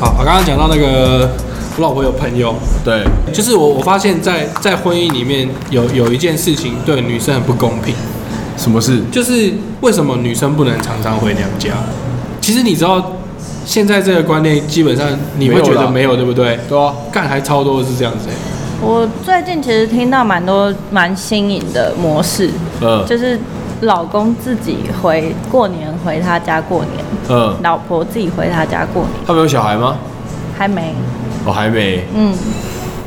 好，我刚刚讲到那个我老婆有朋友，对，就是我我发现在，在婚姻里面有有一件事情对女生很不公平，什么事？就是为什么女生不能常常回娘家？其实你知道，现在这个观念基本上你会觉得没没有，对不对？对啊，干还超多是这样子、欸，我最近其实听到蛮多蛮新颖的模式，嗯就是老公自己回过年回他家过年，嗯，老婆自己回他家过年，他们有小孩吗？还没，我、还没，嗯，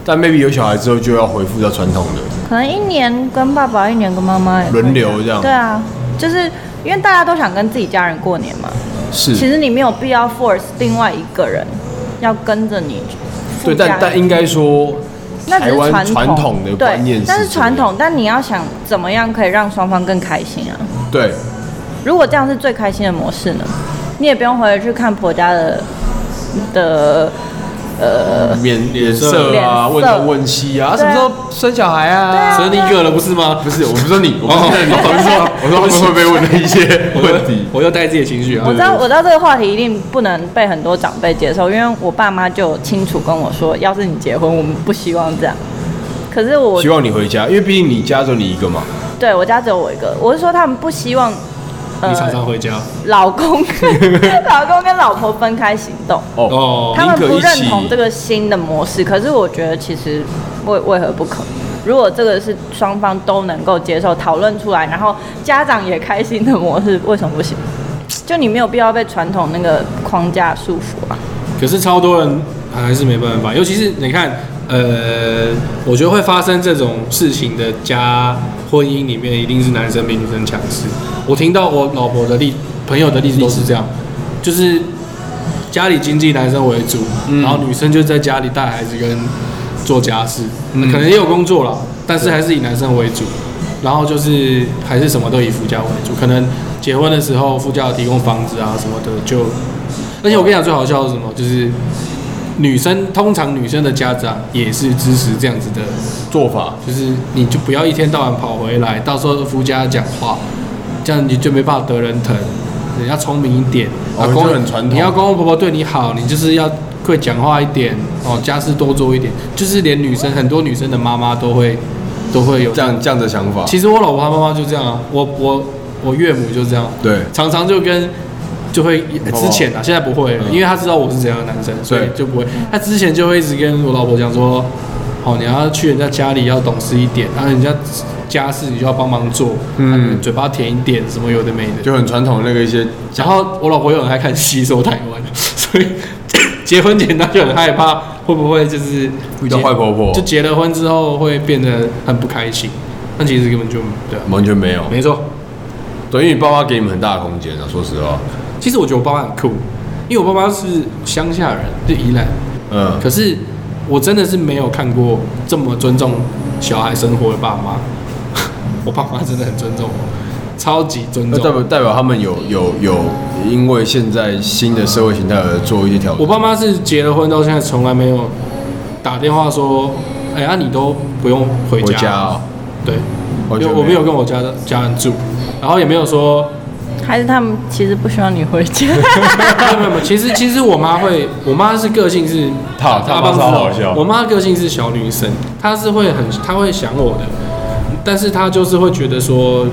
但 maybe 有小孩之后就要回复到传统的，可能一年跟爸爸，一年跟妈妈也会轮流这样对啊，就是因为大家都想跟自己家人过年嘛，是其实你没有必要 force 另外一个人要跟着你附对，加但但应该说，那只台是湾传传统的观念对是，但是这样传统，但你要想怎么样可以让双方更开心啊？对，如果这样是最开心的模式呢？你也不用回去看婆家的的，呃嗯脸脸色啊，脸色问东问西啊，啊什对啊么时候生小孩啊？只有你一个了不是吗？不是，我不是说 你，我不是说你，哦我是说，我说会不会被问的一些我问题又？我又带自己的情绪啊我，知道我知道这个话题一定不能被很多长辈接受，因为我爸妈就清楚跟我说，要是你结婚，我们不希望这样。可是我希望你回家，因为毕竟你家就你一个嘛。对我家只有我一个，我是说他们不希望，呃你常常回家老公老公跟 老婆分开行动。哦，哦他们宁可不一认起同这个新的模式，可是我觉得其实为为何不可？如果这个是双方都能够接受、讨论出来，然后家长也开心的模式，为什么不行？就你没有必要被传统那个框架束缚啊。可是超多人啊还是没办法，尤其是你看，呃，我觉得会发生这种事情的家婚姻里面，一定是男生比女生强势。我听到我老婆的例朋友的例子都是这样，就是家里经济男生为主，嗯然后女生就在家里带孩子跟做家事，可能也有工作啦，但是还是以男生为主。然后就是还是什么都以夫家为主，可能结婚的时候夫家有提供房子啊什么的，就而且我跟你讲最好笑的是什么，就是女生通常女生的家长也是支持这样子的，做法。就是你就不要一天到晚跑回来，到时候夫家讲话，这样你就没办法得人疼。你要聪明一点，啊哦公就很传统你要公公婆婆对你好，你就是要会讲话一点哦，家事多做一点，就是连女生很多女生的妈妈都会都会有这样这样的想法，其实我老婆她妈妈就这样啊，我我我岳母就这样，对常常就跟就会之前啊，现在不会了，嗯因为她知道我是怎样的男生，所以对就不会。她之前就会一直跟我老婆讲说，哦，你要去人家家里要懂事一点，然后人家家事你就要帮忙做，嗯嗯，嘴巴甜一点，什么有的没的。就很传统的那个一些然后我老婆又很爱看《吸收台湾》，所以结婚前她就很害怕会不会就是遇结到坏婆婆就结了婚之后会变得很不开心，但其实根本就对啊、完全没有。没错。对，因为你爸妈给你们很大的空间啊，说实话，其实我觉得我爸妈很酷，因为我爸妈是乡下人，就宜兰，嗯，可是我真的是没有看过这么尊重小孩生活的爸妈。我爸妈真的很尊重我，超级尊嗯那代重。表代表他们有有有因为现在新的社会形态而做一些调我整。爸妈是结了婚到现在从来没有打电话说，哎、呀、你都不用回回家。家哦，对，完因全为我没有跟我家的家人住，然后也没有说还是他们其实不希望你回 家，没有没有没有，其实其实我妈会，我妈是个性是她她妈帮手超好笑我妈个性是小女生，她是会很她会想我的，但是她就是会觉得说，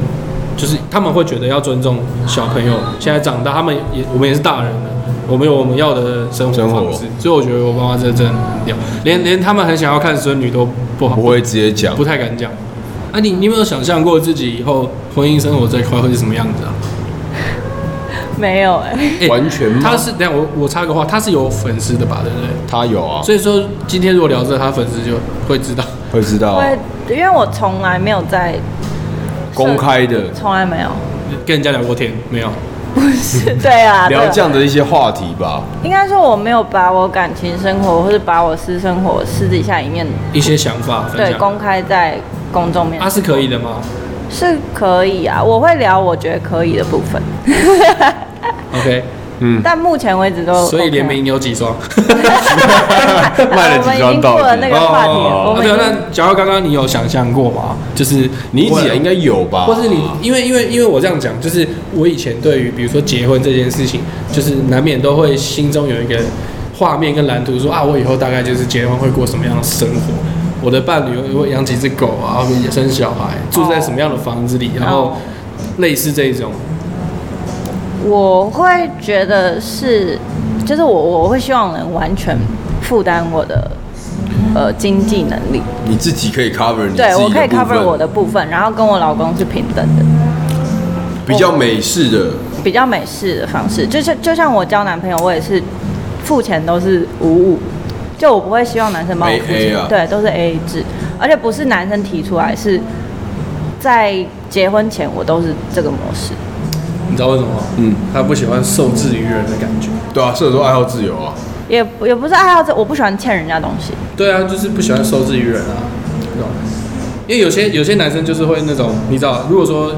就是他们会觉得要尊重小朋友，现在长大他们也我们也是大人了。我们有我们要的生活生活方式，所以我觉得我爸妈这真的很屌，连连他们很想要看孙女都不好，不会直接讲不，太敢讲。啊你，你有没有想象过自己以后婚姻生活这一块会是什么样子啊？没有哎、欸完全吗他是等一下我我插个话，他是有粉丝的吧，对不对？他有啊，所以说今天如果聊这个，他粉丝就会知道。会知道啊会因为我从来没有在公开的从 来没有，跟人家聊过天没有？不是对啊，对聊啊这样的一些话题 吧。应该说我没有把我感情生活或者把我私生活私底下一面一些想法分对享，公开在公众面前他、是可以的吗是可以啊，我会聊我觉得可以的部分， ？OK，嗯但目前为止都 OK 啊所以联名你有几双？卖了几张到我们已经过了那底哦这？个话题我啊们对啊，已经那假如刚刚你有想象过吗？就是你以前应该有吧？或是你，因为因为因为我这样讲，就是我以前对于比如说结婚这件事情，就是难免都会心中有一个画面跟蓝图说啊，我以后大概就是结婚会过什么样的生活，我的伴侣会养几只狗啊，会生小孩，住在什么样的房子里，然后类似这一种，我会觉得是，就是我我会希望能完全负担我的呃经济能力，你自己可以 cover 你自己对的我可以部分 cover 我的部分，然后跟我老公是平等的，比较美式的，比较美式的方式。就是就像我交男朋友，我也是付钱都是五五，就我不会希望男生帮我付 AA 钱，啊对，都是 A A 制，而且不是男生提出来，是在结婚前我都是这个模式。你知道为什么吗？嗯，他不喜欢受制于人的感觉。对啊，射手座爱好自由啊，也也不是爱好这，我不喜欢欠人家东西。对啊，就是不喜欢受制于人啊，那种。因为有些有些男生就是会那种，你知道，如果说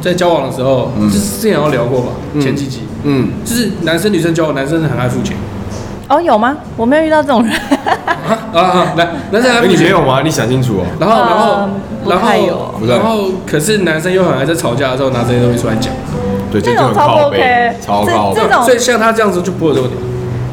在交往的时候，就是之前有聊过吧，前几集，嗯，就是男生女生交往，男生很爱付钱哦，有吗？我没有遇到这种人。 啊啊，男男生很哎，爱付你没钱，有吗？你想清楚哦。然后然后嗯不然太有后不太有然后，可是男生又很爱在吵架的时候拿这些东西出来讲，对，这这就种很超不靠 OK，背，超这靠背这，种所以像他这样子就不会有这个问题，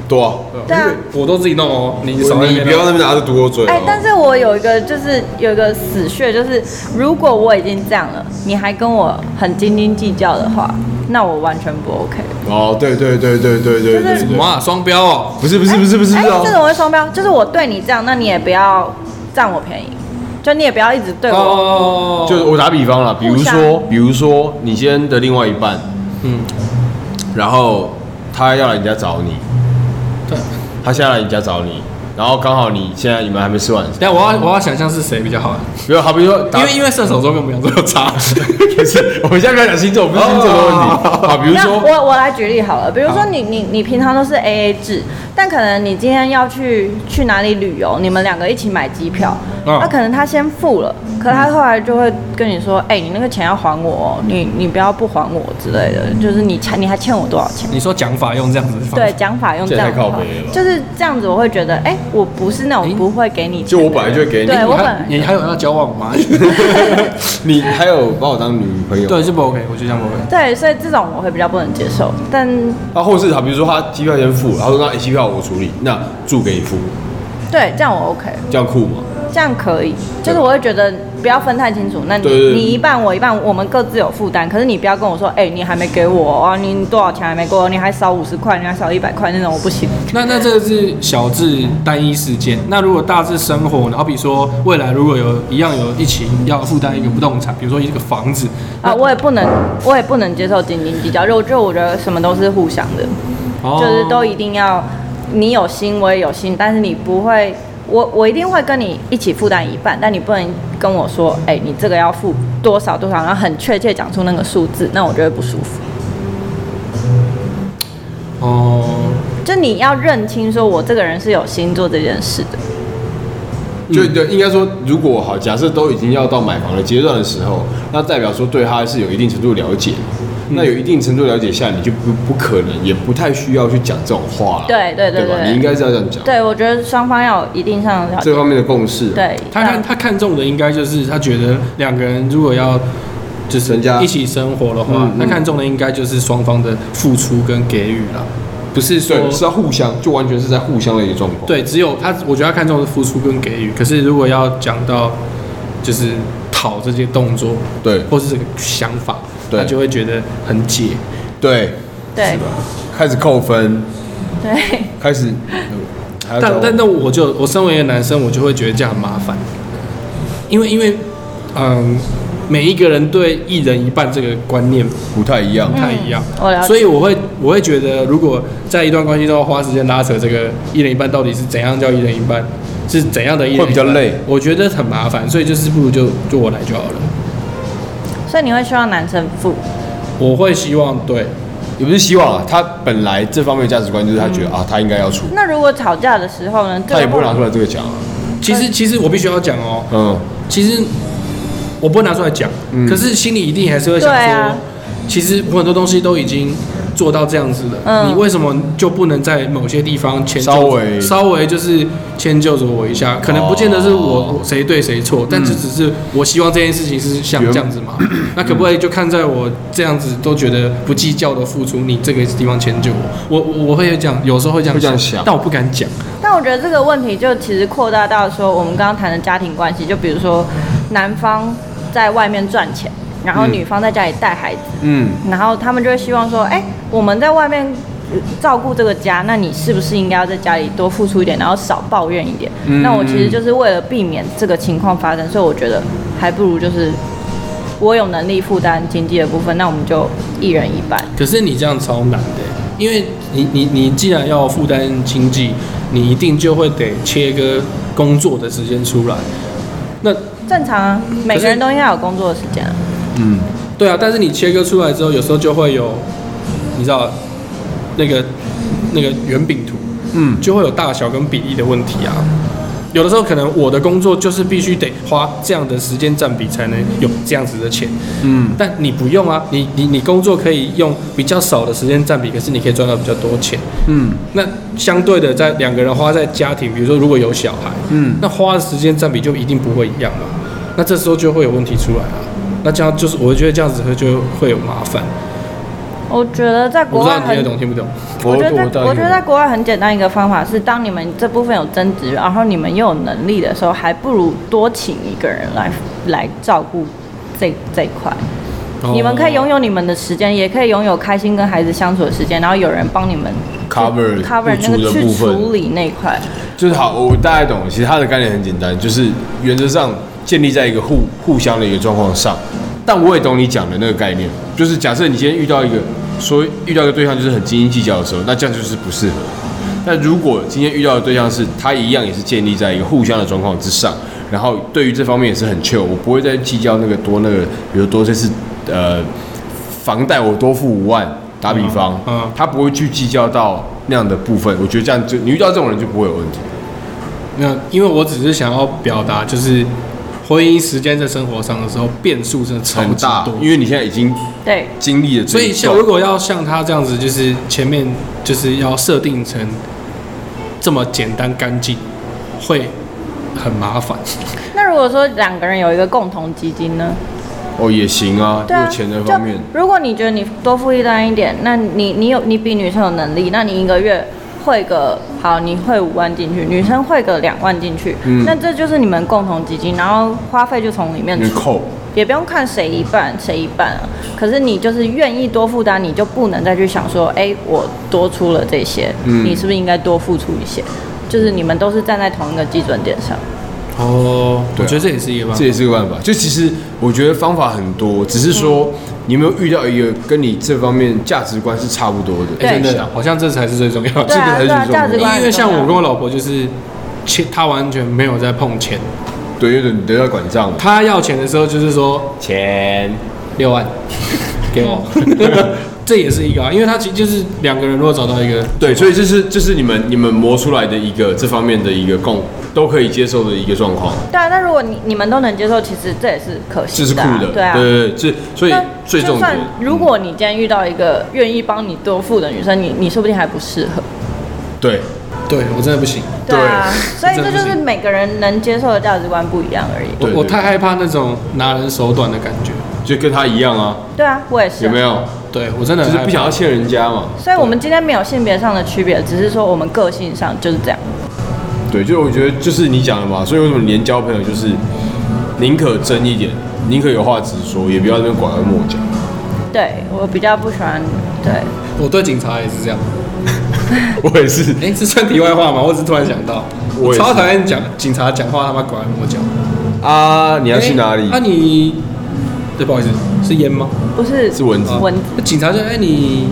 对啊，对啊因为我都自己弄哦，你少在那你边不要那边拿着堵我嘴哦。哎、但是我有一个就是有一个死穴，就是如果我已经这样了，你还跟我很斤斤计较的话，那我完全不 OK。哦，对对对对对对就是对什么对，啊双标哦，不是不是不是不是哎、哦这，种会双标，就是我对你这样，那你也不要占我便宜，就你也不要一直对我。哦，就是我打比方了，比如互相说比如说你今天的另外一半，嗯，然后他要来你家找你，对，他现在来你家找你，然后刚好你现在你们还没吃晚餐，但我要我要想象是谁比较好啊。比如好比说打，因为因为射手座跟母羊座有差， 不是，我们现在不要讲星座，不是星座的问题。好，比如哦那说，我我来举例好了，比如说你你你平常都是 A A 制，但可能你今天要去去哪里旅游，你们两个一起买机票，嗯那可能他先付了，可他后来就会跟你说，哎、你那个钱要还我、哦，你你不要不还我之类的，就是你欠你还欠我多少钱？你说讲法用这样子的方对，式，讲法用这样啊这也太的靠话北了吧，就是这样子，我会觉得，哎、我不是那种不会给你钱就的我人，本来就会给你，对你我本还来你还有要交往吗？你还有把我当女朋友， 对，是不 OK，我觉得这样不 OK。对，所以这种我会比较不能接受，但啊，或是好，比如说他机票先付，然后说那机票我处理，那住给你付，对这样我 OK。这样酷吗？这样可以，就是我会觉得不要分太清楚。那你对对对你一半我一半，我们各自有负担。可是你不要跟我说，哎、你还没给我啊，你你多少钱还没给我，你还少五十块，你还少一百块那种，我不行。那那这个是小至单一事件，那如果大致生活呢？好比说未来如果有一样有疫情要负担一个不动产，比如说一个房子，啊，我也不能，我也不能接受斤斤计较。就就我觉得什么都是互相的，哦就是都一定要你有心，我也有心，但是你不会，我我一定会跟你一起负担一半，但你不能跟我说，哎、你这个要付多少多少，然后很确切讲出那个数字，那我就会不舒服。哦，就你要认清，说我这个人是有心做这件事的。嗯就对，应该说，如果好，假设都已经要到买房的阶段的时候，那代表说对他是有一定程度的了解。嗯那有一定程度了解下，你就不不可能，也不太需要去讲这种话了。对对对对吧？对你应该是要这样讲，对，我觉得双方要有一定上的了解。这方面的共识。，对，他看他看中的应该就是他觉得两个人如果要就是成家一起生活的话嗯，嗯他看中的应该就是双方的付出跟给予啦，不是说对，是要互相，就完全是在互相的一个状况。对，只有他，我觉得他看重的是付出跟给予。可是如果要讲到就是讨这些动作，对或是这个想法，对他就会觉得很解。对，对开始扣分，对， 开始。嗯还要但找但但我就我身为一个男生，我就会觉得这样很麻烦，因为因为嗯，每一个人对一人一半这个观念不太一样嗯不，太一样，我了解所以我会我会觉得，如果在一段关系中花时间拉扯这个一人一半到底是怎样叫一人一半，是怎样的一人一半会比较累我觉得很麻烦，所以就是不如就就我来就好了。所以你会希望男生付，我会希望对，也不是希望啊。他本来这方面的价值观就是他觉得啊，他应该要出，那如果吵架的时候呢？这他个也不会话拿出来这个讲啊。其实其实我必须要讲哦，嗯，其实我不会拿出来讲，可是心里一定还是会想对说，啊其实我很多东西都已经做到这样子的，嗯你为什么就不能在某些地方迁就稍微稍微就是迁就着我一下？可能不见得是哦我我谁对谁错，但就只是我希望这件事情是像嗯原嗯这样子嘛。那可不可以就看在我这样子都觉得不计较的付出，你这个地方迁就我？我我我会讲，有时候会这样会这样想但我不敢讲。但我觉得这个问题就其实扩大到说，我们刚刚谈的家庭关系，就比如说男方在外面赚钱，然后嗯女方在家里带孩子，嗯，然后他们就会希望说，哎、我们在外面呃照顾这个家，那你是不是应该要在家里多付出一点，然后少抱怨一点？嗯那我其实就是为了避免这个情况发生，所以我觉得还不如就是我有能力负担经济的部分，那我们就一人一半。可是你这样超难的，因为你你你既然要负担经济，你一定就会得切割工作的时间出来。那正常啊，每个人都应该有工作的时间啊、嗯，对啊，但是你切割出来之后，有时候就会有，你知道那个那个圆饼图，嗯，就会有大小跟比例的问题啊。有的时候可能我的工作就是必须得花这样的时间占比才能有这样子的钱，嗯，但你不用啊，你你你工作可以用比较少的时间占比，可是你可以赚到比较多钱。嗯，那相对的，在两个人花在家庭，比如说如果有小孩，嗯那花的时间占比就一定不会一样嘛。那这时候就会有问题出来了。那这样就是，我觉得这样子会就会有麻烦。我觉得在我国不知外道你很听得懂听不懂？我觉得在我觉得在大国外很简单一个方法是，当你们这部分有争执，然后你们又有能力的时候，还不如多请一个人来来照顾这这一块。你们哦可以拥有你们的时间，也可以拥有开心跟孩子相处的时间，然后有人帮你们去 Cover cover 那不足个的去部分处理那一块。就是好，我大概懂了。其实它的概念很简单，就是原则上建立在一个互互相的一个状况上。但我也懂你讲的那个概念，就是假设你今天遇到一个说遇到一个对象就是很斤斤计较的时候，那这样就是不适合。但如果今天遇到的对象是他一样也是建立在一个互相的状况之上，然后对于这方面也是很 chill，我不会再计较那个多那个，比如多这次呃房贷我多付五万，打比方，嗯嗯他不会去计较到那样的部分。我觉得这样就你遇到这种人就不会有问题。那因为我只是想要表达，就是婚姻时间在生活上的时候变数真的超很级大多，，因为你现在已经对，经历了这所以一像段，如果要像他这样子，就是前面就是要设定成这么简单干净，会很麻烦。那如果说两个人有一个共同基金呢？哦也行啊，对啊，有钱的方面，就如果你觉得你多负担一点，那你你有你比女生有能力，那你一个月汇个好，你汇五万进去，女生汇个两万进去，嗯那这就是你们共同基金，然后花费就从里面你出，扣，也不用看谁一半谁一半啊。可是你就是愿意多负担，你就不能再去想说，哎、我多出了这些，嗯你是不是应该多付出一些？就是你们都是站在同一个基准点上。哦，我对啊觉得这也是一个办法这。也是个办法。就其实我觉得方法很多，只是说嗯你有没有遇到一个跟你这方面价值观是差不多的？对真真的的，好像这才是最重要的对。啊，这对个还啊，是价值观很重要。因为像我跟我老婆就是，钱她完全没有在碰钱，对，因为你都要管账嘛。她要钱的时候就是说钱，六 万给我，嗯 这也是一个啊，因为她其实就是两个人如果找到一个，对，所以这是这是你们你们磨出来的一个这方面的一个共都可以接受的一个状况，对啊，那如果你你们都能接受，其实这也是可这行是酷的、啊，的，对啊。对对，这所以那最就重算点，如果你今天遇到一个愿意帮你多付的女生，你你说不定还不适合。对，对我真的不行。对 啊，所以真这的就不行是每个人能接受的价值观不一样而已。我对我对太害怕那种拿人手短的感觉，就跟他一样啊，对啊，我也是啊。有没有？对啊我真的就很是害不怕想要欠人家嘛。所以我们今天没有性别上的区别，只是说我们个性上就是这样。对，就是我觉得就是你讲的嘛，所以为什么连交朋友就是宁可真一点，宁可有话直说，也不要那边拐弯抹角。 对我比较不喜欢，对我对警察也是这样。我也是，哎、这算题外话吗？我只是突然想到，我我也是超讨厌讲警察讲话他妈拐弯抹角。啊，你你要去哪里？啊你，对，不好意思，是烟吗？不是是蚊子蚊子。那警察就哎、你，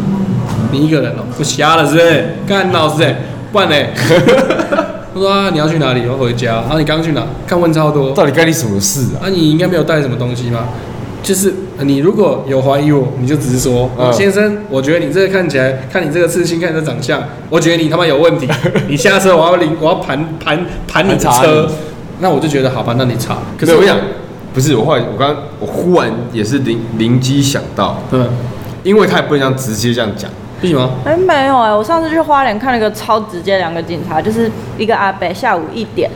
你一个人哦、我瞎了是不是？干老师哎，不然嘞。 他说啊你要去哪里？我回家。然、后你刚刚去哪？看问超多。到底干你什么事啊，啊？你应该没有带什么东西吧？就是呃你如果有怀疑我，你就只是说，嗯先生，我觉得你这个看起来，看你这个刺青，看你这长相，我觉得你他妈有问 题，你下车我要领，我要盘盘盘你的盘查车你。那我就觉得好吧，那你查。可是没有我想，不是我后来我刚我忽然也是灵灵机想到，嗯，因为他也不能这样直接这样讲，不行吗？哎、没有哎、我上次去花莲看了一个超直接，两个警察就是一个阿伯，下午一点，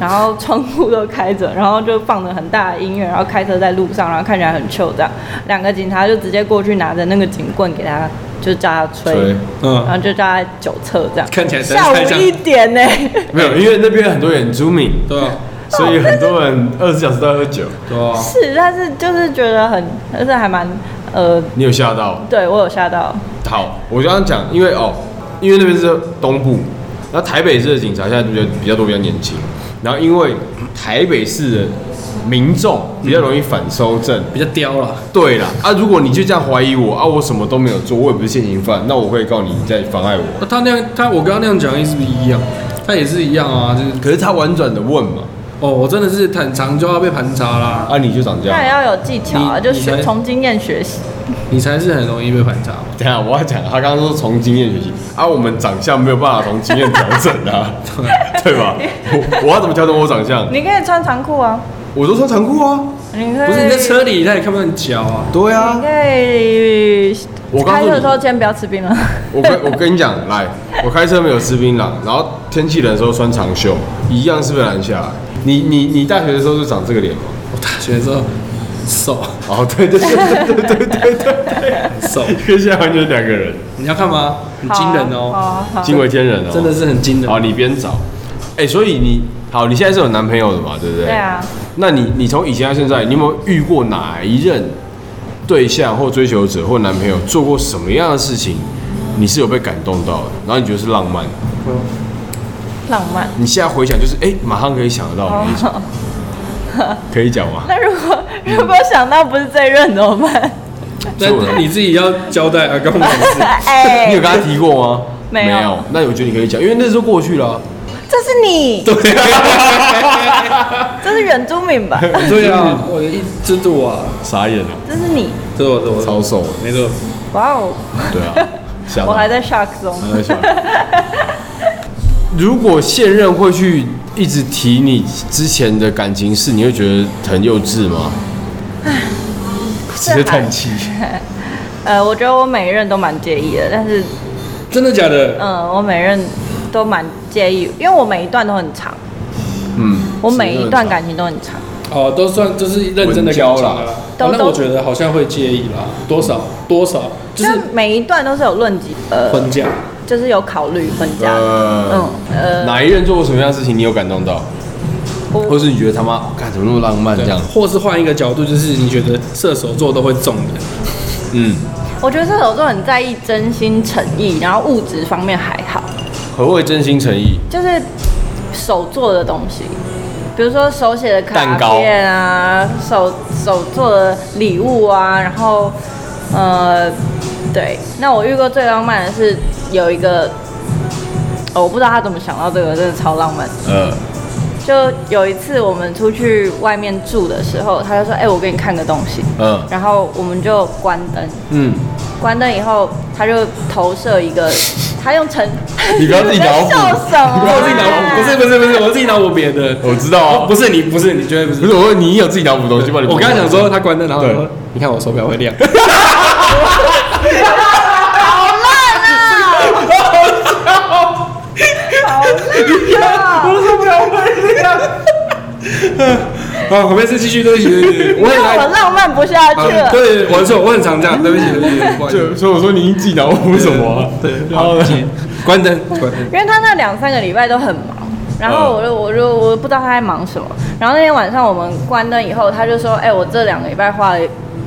然后窗户都开着，然后就放着很大的音乐，然后开车在路上，然后看起来很臭这样，两个警察就直接过去拿着那个警棍给他，就叫他吹，吹嗯然后就叫他酒测这样，看起来实在下午太像一点欸呢、没有，因为那边很多原住民，对啊，所以很多人二十小时都在喝酒。对啊，是，但是就是觉得很，但是还蛮呃，你有吓到？对我有吓到，好，我刚刚讲，因为哦，因为那边是东部，然后台北市的警察现在比较比较多比较年轻，然后因为台北市的民众比较容易反收证。比较刁了。对啦，啊，如果你就这样怀疑我啊，我什么都没有做，我也不是现行犯，那我会告你你在妨碍我。那他那样，他我刚刚那样讲的意思不是一样？他也是一样啊，就是可是他婉转的问嘛，哦，我真的是很常就要被盘查啦，啊，你就长这那也样。要有技巧啊，你就你学才从经验学习。你才是很容易被盘查嘛。等一下我要讲，他刚刚说从经验学习啊，我们长相没有办法从经验调整啊， 对吧？我我要怎么调整我长相？你可以穿长裤啊，我都穿长裤啊。你可以不是你在车里，他也看不到你脚啊。对你可以我告诉开你车的时候先不要吃槟 榔。我跟我跟你讲，来，我开车没有吃槟榔，然后天气冷的时候穿长袖，一样是被拦下来。你你你大学的时候就长这个脸吗？我大学的时候 瘦哦，对对对对对对对对瘦，跟现在完全两 个人，你要看吗？很惊人好哦，啊，好啊惊为天人哦，真的。是很惊人。好，你边找，哎，所以你好，你现在是有男朋友的嘛，对不对？对。啊，那你你从以前到现在，你有没有遇过哪一任对象或追求者或男朋友做过什么样的事情，你是有被感动到的，然后你觉得是浪漫？浪漫。你现在回想就是，哎、马上可以想得到那 一种，可以讲吗？ 那如果如果想到不是这一任怎么办？但你自己要交代啊，跟我讲是。你 哎有跟他提过吗？没有那我觉得你可以讲，因为那时候过去了啊。这是你，对这是原住 民吧？对啊，我一这是我啊，傻眼了，这是你，这是我，这是我，超瘦的。啊没错。哇哦！对 啊，吓到我还在 shock 中。还在想。如果现任会去一直提你之前的感情事，你会觉得很幼稚吗？啊直接叹 气。呃，我觉得我每一任都蛮介意的，但是真的假的？嗯，我每任都蛮介意，因为我每一段都很长，嗯，我每一段感情都很长。哦，都算就是认真的交稳交啦啦。都哦那都我觉得好像会介意啦，多少多少就是就每一段都是有论及呃，婚嫁。就是有考虑婚嫁。呃嗯，呃，哪一任做过什么样的事情你有感动到，我或是你觉得他妈哦干怎么那么浪漫这样？或是换一个角度，就是你觉得射手座都会中的，嗯，我觉得射手座很在意真心诚意，然后物质方面还好，何谓真心诚意？就是手做的东西，比如说手写的卡蛋糕片啊，手手做的礼物啊，然后呃，对。那我遇过最浪漫的是有一个，哦我不知道他怎么想到这个，真的超浪漫。呃，就有一次我们出去外面住的时候，他就说：“哎、我给你看个东西。”嗯然后我们就关灯，嗯，关灯以后，他就投射一个，他用成，你不要 自己脑补在笑什么啊？不是我自己脑补，不是不是不是，我自己脑补别的， 我知道啊，不是你不是你绝对不是不。是我问你有自己脑补东西吗？你不我刚才想说他关灯，然后对说你看我手表会 亮，好烂啊！好，我们是继续，对不起，对不起，我很让我常，浪漫不下去啊了。对，我错，我很常这样，对不起，对不起不好意思，就所以我说你自己脑补什么啊？对，然后好，呢请关灯，关灯，因为他那两三个礼拜都很忙，然后我就我就我不知道他在忙什么。然后那天晚上我们关灯以后，他就说：“哎、我这两个礼拜花了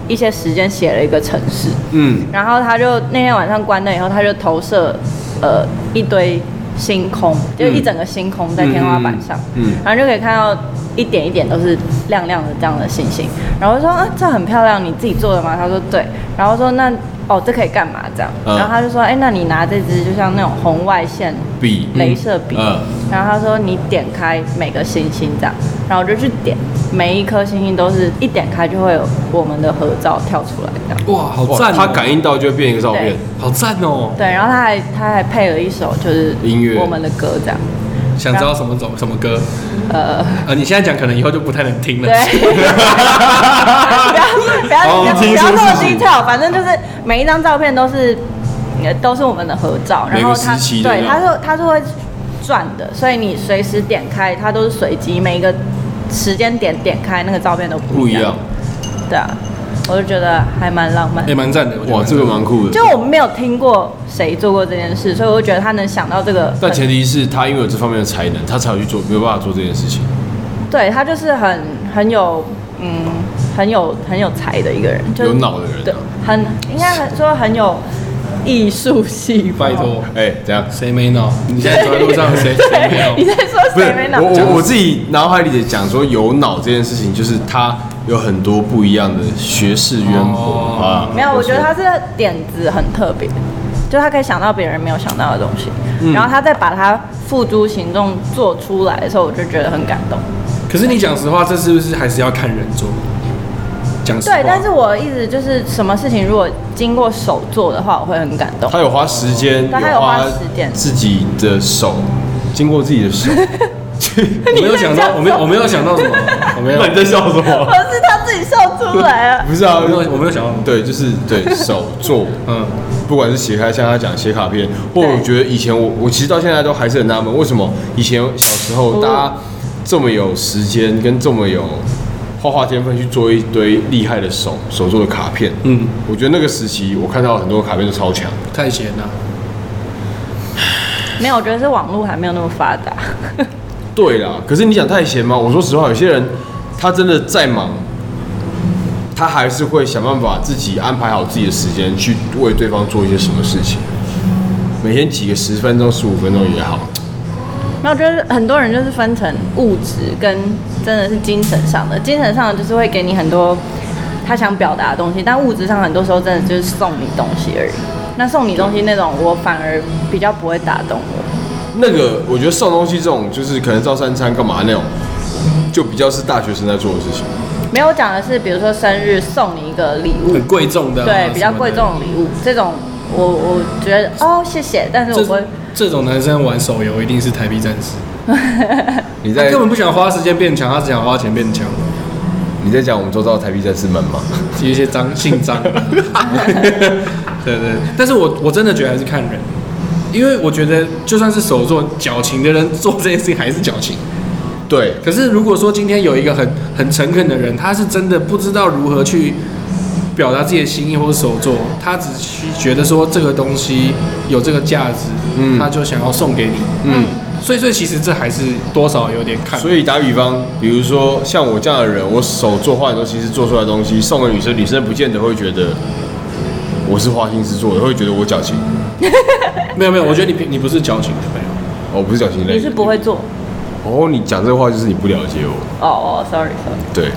一些时间写了一个城市。”嗯，然后他就那天晚上关灯以后，他就投射呃一堆星空，就一整个星空在天花板上，嗯嗯嗯然后就可以看到一点一点都是亮亮的这样的星星。然后我就说啊，这很漂亮，你自己做的吗？他说对。然后说那哦，这可以干嘛这样？嗯然后他就说，哎，那你拿这支就像那种红外线笔，镭射笔，嗯然后他说你点开每个星星这样，然后我就去点，每一颗星星都是一点开就会有我们的合照跳出来这样。哇，好哇，赞哦，他感应到就会变一个照片对，好赞哦，对，然后他还他还配了一首就是音乐我们的歌 这样，想知道什么种什么歌？呃，呃，你现在讲可能以后就不太能听了对，， 不要不要不要哦不听要说那么是 detail，反正就是每一张照片都是的，都是我们的合照。然每后个他时期的对那他是他是会转的，所以你随时点开，它都是随机，每一个时间点点开那个照片都不不一一样。对啊，我就觉得还蛮浪漫哎也。蛮赞的。我觉得哇，这个赞的蛮酷的。就我们没有听过谁做过这件事，所以我就觉得他能想到这个很，但前提是他因为有这方面的才能，他才有去做，没有办法做这件事情。对他就是很很有嗯很有很有才的一个人，就是有脑的人啊对，很应该很说很有艺术细胞。 拜托，哎、怎样？谁没脑？你现在走在路上，谁谁没对，你 有？在说不是谁没脑我？我我自己脑海里的讲说有脑这件事情，就是他有很多不一样的学识渊博哦啊。没有，我觉得他这个点子很特别，就他可以想到别人没有想到的东西，然后他再把它付诸行动做出来的时候，我就觉得很感动。可是你讲实话，这是不是还是要看人做？讲实话，对，但是我一直就是什么事情如果经过手做的话，我会很感动。他有花时间，对他有花时间自己的手，经过自己的 手。我没有想到，我没有，我没有想到什么， 我没有，那你在笑什可么？ 是他自己笑出来啊！哦不是啊，我没有，我没有想到什么。对，就是 对手做，嗯，不管是写开，像他讲写卡片，或对我觉得以前我我其实到现在都还是很纳闷，为什么以前小时候哦大家这么有时间跟这么有画画天分去做一堆厉害的手手做的卡片，嗯，我觉得那个时期我看到很多卡片都超强，太闲了。没有，我觉得是网络还没有那么发达。对啦，可是你讲太闲吗？我说实话，有些人他真的再忙，他还是会想办法自己安排好自己的时间去为对方做一些什么事情，每天挤个十分钟、十五分钟也好。那我觉得很多人就是分成物质跟真的是精神上的，精神上的就是会给你很多他想表达的东西，但物质上很多时候真的就是送你东西而已。那送你东西那种，我反而比较不会打动我。那个我觉得送东西这种，就是可能照三餐干嘛那种，就比较是大学生在做的事情。没有我讲的是，比如说生日送你一个礼物，很贵重的啊、对，比较什么的贵重。的礼物，这种我我觉得哦谢谢，但是我不会这。这种男生玩手游一定是台币战士，你他在根本不想花时间变强，他只想花钱变强。你在讲我们周遭的台币战士们吗？有一些 脏姓脏，对对，但是我我真的觉得还是看人，因为我觉得就算是手做矫情的人做这件事情还是矫情。对，可是如果说今天有一个很很诚恳的人，他是真的不知道如何去表达自己的心意或者手作，他只需觉得说这个东西有这个价值，嗯他就想要送给你。嗯。所以所以其实这还是多少有点看。 所以打比方，比如说像我这样的人，我手做画的东西是做出来的东西，送给女生，女生不见得会觉得我是花心之作，会觉得我矫情。没有没有，我觉得你你不是矫情的朋友。哦，不是矫情类。你是不会做哦，你讲这话就是你不了解我。哦哦，sorry sorry，对，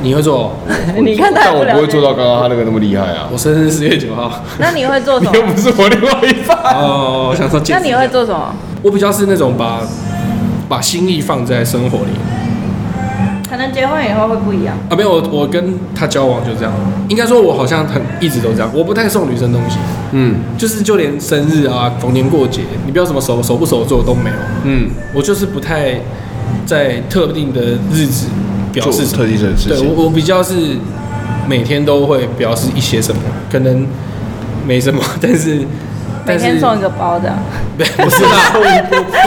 你会做？你看他但 也我了不会解做到刚刚他那个那么厉害啊 我。生日十月九号。那你会做什你又么？不是我另外一半。 哦，我想说，那你会？做什么？我比较是那种把把心意放在生活里可能结婚以后会不一样。啊，没有，我我跟他交往就这样，应该说我好像很一直都这样，我不太送女生东西，嗯就是就连生日啊、逢年过节，你不要什么手手不手做都没有，嗯，我就是不太在特定的日子表示什做特么。定的事对情。我我比较是每天都会表示一些什么，可能没什么，但是每但是天送一个包的，不 不是啦，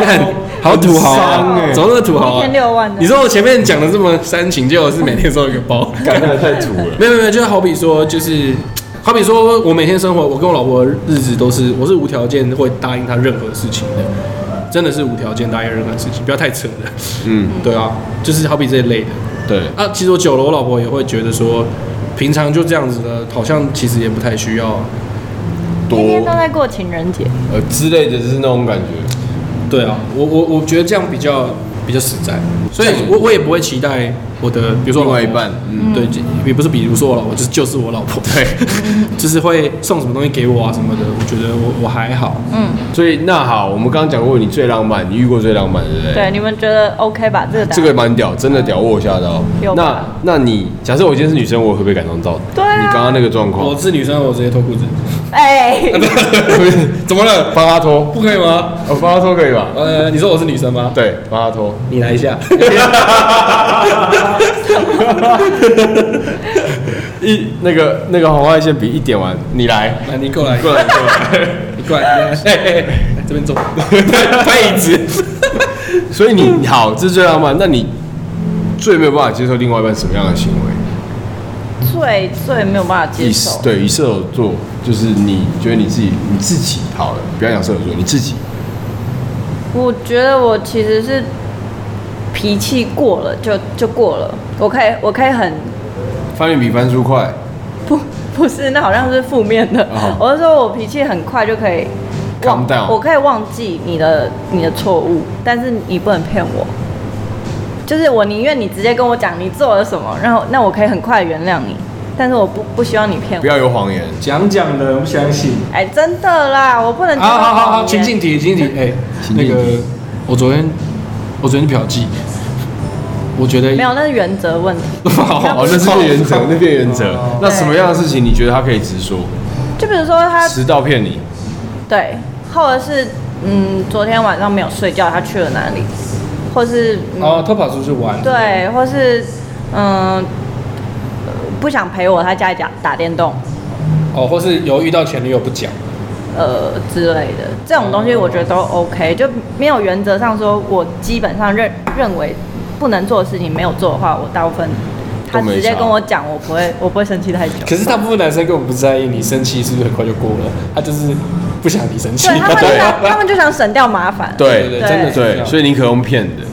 看 好土豪很伤啊，欸走那个土豪一啊天，六万你的。说我前面讲的这么煽情，结果是每天收一个包，感觉太土了。没有没有没有，就是好比说，就是好比说我每天生活，我跟我老婆的日子都是，我是无条件会答应她任何事情的，真的是无条件答应任何事情，不要太扯了。 嗯，对啊，就是好比这一类的对。啊。其实我久了，我老婆也会觉得说，平常就这样子的，好像其实也不太需要。天天多都在过情人节，呃之类的，就是那种感觉。对啊，我我我觉得这样比较比较实在，所以我我也不会期待我的，比如说我另老外婆一半，嗯，对，就也不是比如说我老婆，就是就是我老婆，对，嗯 就是会送什么东西给我啊什么的，我觉得我我还好，所以那好，我们刚刚讲过你最浪漫，你遇过最浪漫，对不对？对，你们觉得 OK 吧？这个答案这个蛮屌，真的屌，我有吓到有。那吧那你假设我今天是女生，我会不会感动到？对啊你刚刚那个状况我，是女生，我直接脱裤子，哎， 怎么了？帮他脱，不可以吗？我帮他脱可以吧？呃，你说我是女生吗？对，帮他脱。你来一 下，一那个那个红外线笔一点完，你来来你过来， 过来过来。你过来，哎哎哎，这边坐，拍椅子。所以嗯你好，这是最浪漫。那你最没有办法接受另外一半什么样的行为？最最没有办法接以受。对以射手座，就是你觉得你自己你自己好了，不要讲射手座，你自己我觉得我其实是脾气过了就就过了，我可以我可以很 翻脸比翻书快。不不是，那好像是负面的。哦我是说我脾气很快就可以 Calm down 我可以忘记你的你的错误，但是你不能骗我。就是我宁愿你直接跟我讲你做了什么，然后那我可以很快原谅你，但是我不不希望你骗不我。要有谎言。讲讲的人不相信。哎，真的啦，我不能。好好好好，情境。题，情境题，哎、情那境题个我昨天我昨天去嫖妓，我觉得没有，那是原则问题。哦，那是变原则，那变原则哦。那什么样的事情你觉得他可以直说？就比如说他迟到骗你，对，或者是嗯，昨天晚上没有睡觉，他去了哪里，或是、嗯哦，他跑出去玩，对，或是嗯、呃不想陪我，他家里打打电动，哦，或是有遇到前女友不讲，呃之类的，这种东西我觉得都 OK，就没有原则上说我基本上认认为不能做的事情没有做的话，我大部分他都没直接差跟我讲，我不会我不会生气太久。可是大部分男生根本不在意你生气是不是很快就过了，他就是不想你生气，对他 们就对想，他们就想省掉麻烦。对对对真的是这对，样所以你可用骗的，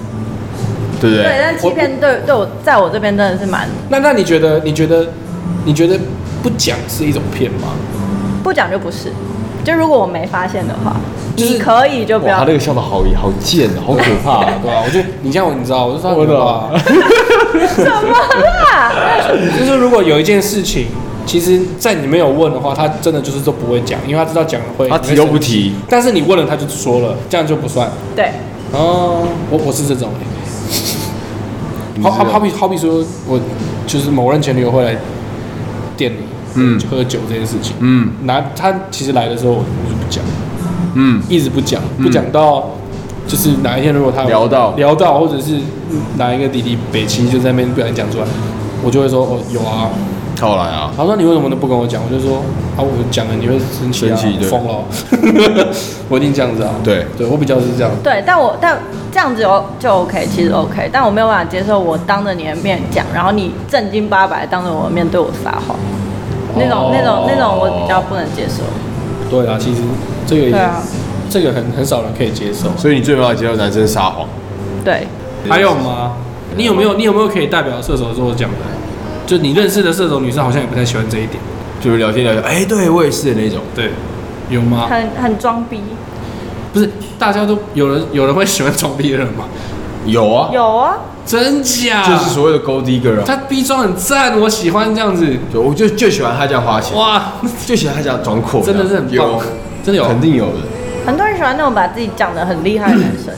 对不对，对？但欺骗对对我在我这边真的是蛮那那你觉得你觉得你觉得不讲是一种骗吗？不讲就不是，就如果我没发现的话，就是你可以就不哇，要他那个笑的好好贱啊，好可怕 啊！对吧、我觉得你这样我你知道，我就说我懂哦哇 什么啊啦， 就是如果有一件事情，其实，在你没有问的话，他真的就是都不会讲，因为他知道讲了会他提都不提。但是你问了，他就说了，这样就不算。对，哦，我我是这种、好好好比好比说，我就是某任前女友会来店里，嗯喝酒这件事情，嗯拿他其实来的时候，我就不讲，嗯，一直不讲，不讲到就是哪一天如果他有聊到聊到，或者是哪一个弟弟北齐就在那边不小心讲出来，我就会说哦有啊，靠来啊！他说你为什么都不跟我讲？我就说啊，我讲了你会生气啊生气，对疯了 哦，我一定这样子啊。对对，我比较是这样。对，但我但这样子就就 OK，其实 OK，但我没有办法接受我当着你的面讲，然后你正经八百当着我的面对我撒谎，那种那种那种我比较不能接受。对啊，其实这个也对啊，这个很很少人可以接受。所以你最没办法接受男生撒谎，对，还有吗？你有没有你有没有可以代表射手座讲的？就你认识的射手女生好像也不太喜欢这一点。就是聊天聊天，哎，对我也是的那种。对，有哦吗？很很装逼，不是，大家都有人有人会 喜欢装逼的人吗？有啊，有啊，真假？就是所谓的 gold digger 啊。啊他逼装很赞，我喜欢这样子。对，我就就喜欢他这样花钱，哇，就喜欢他这样装阔，真的是很棒有，真的有。肯定有的。很多人喜欢那种把自己讲的很厉害的男生，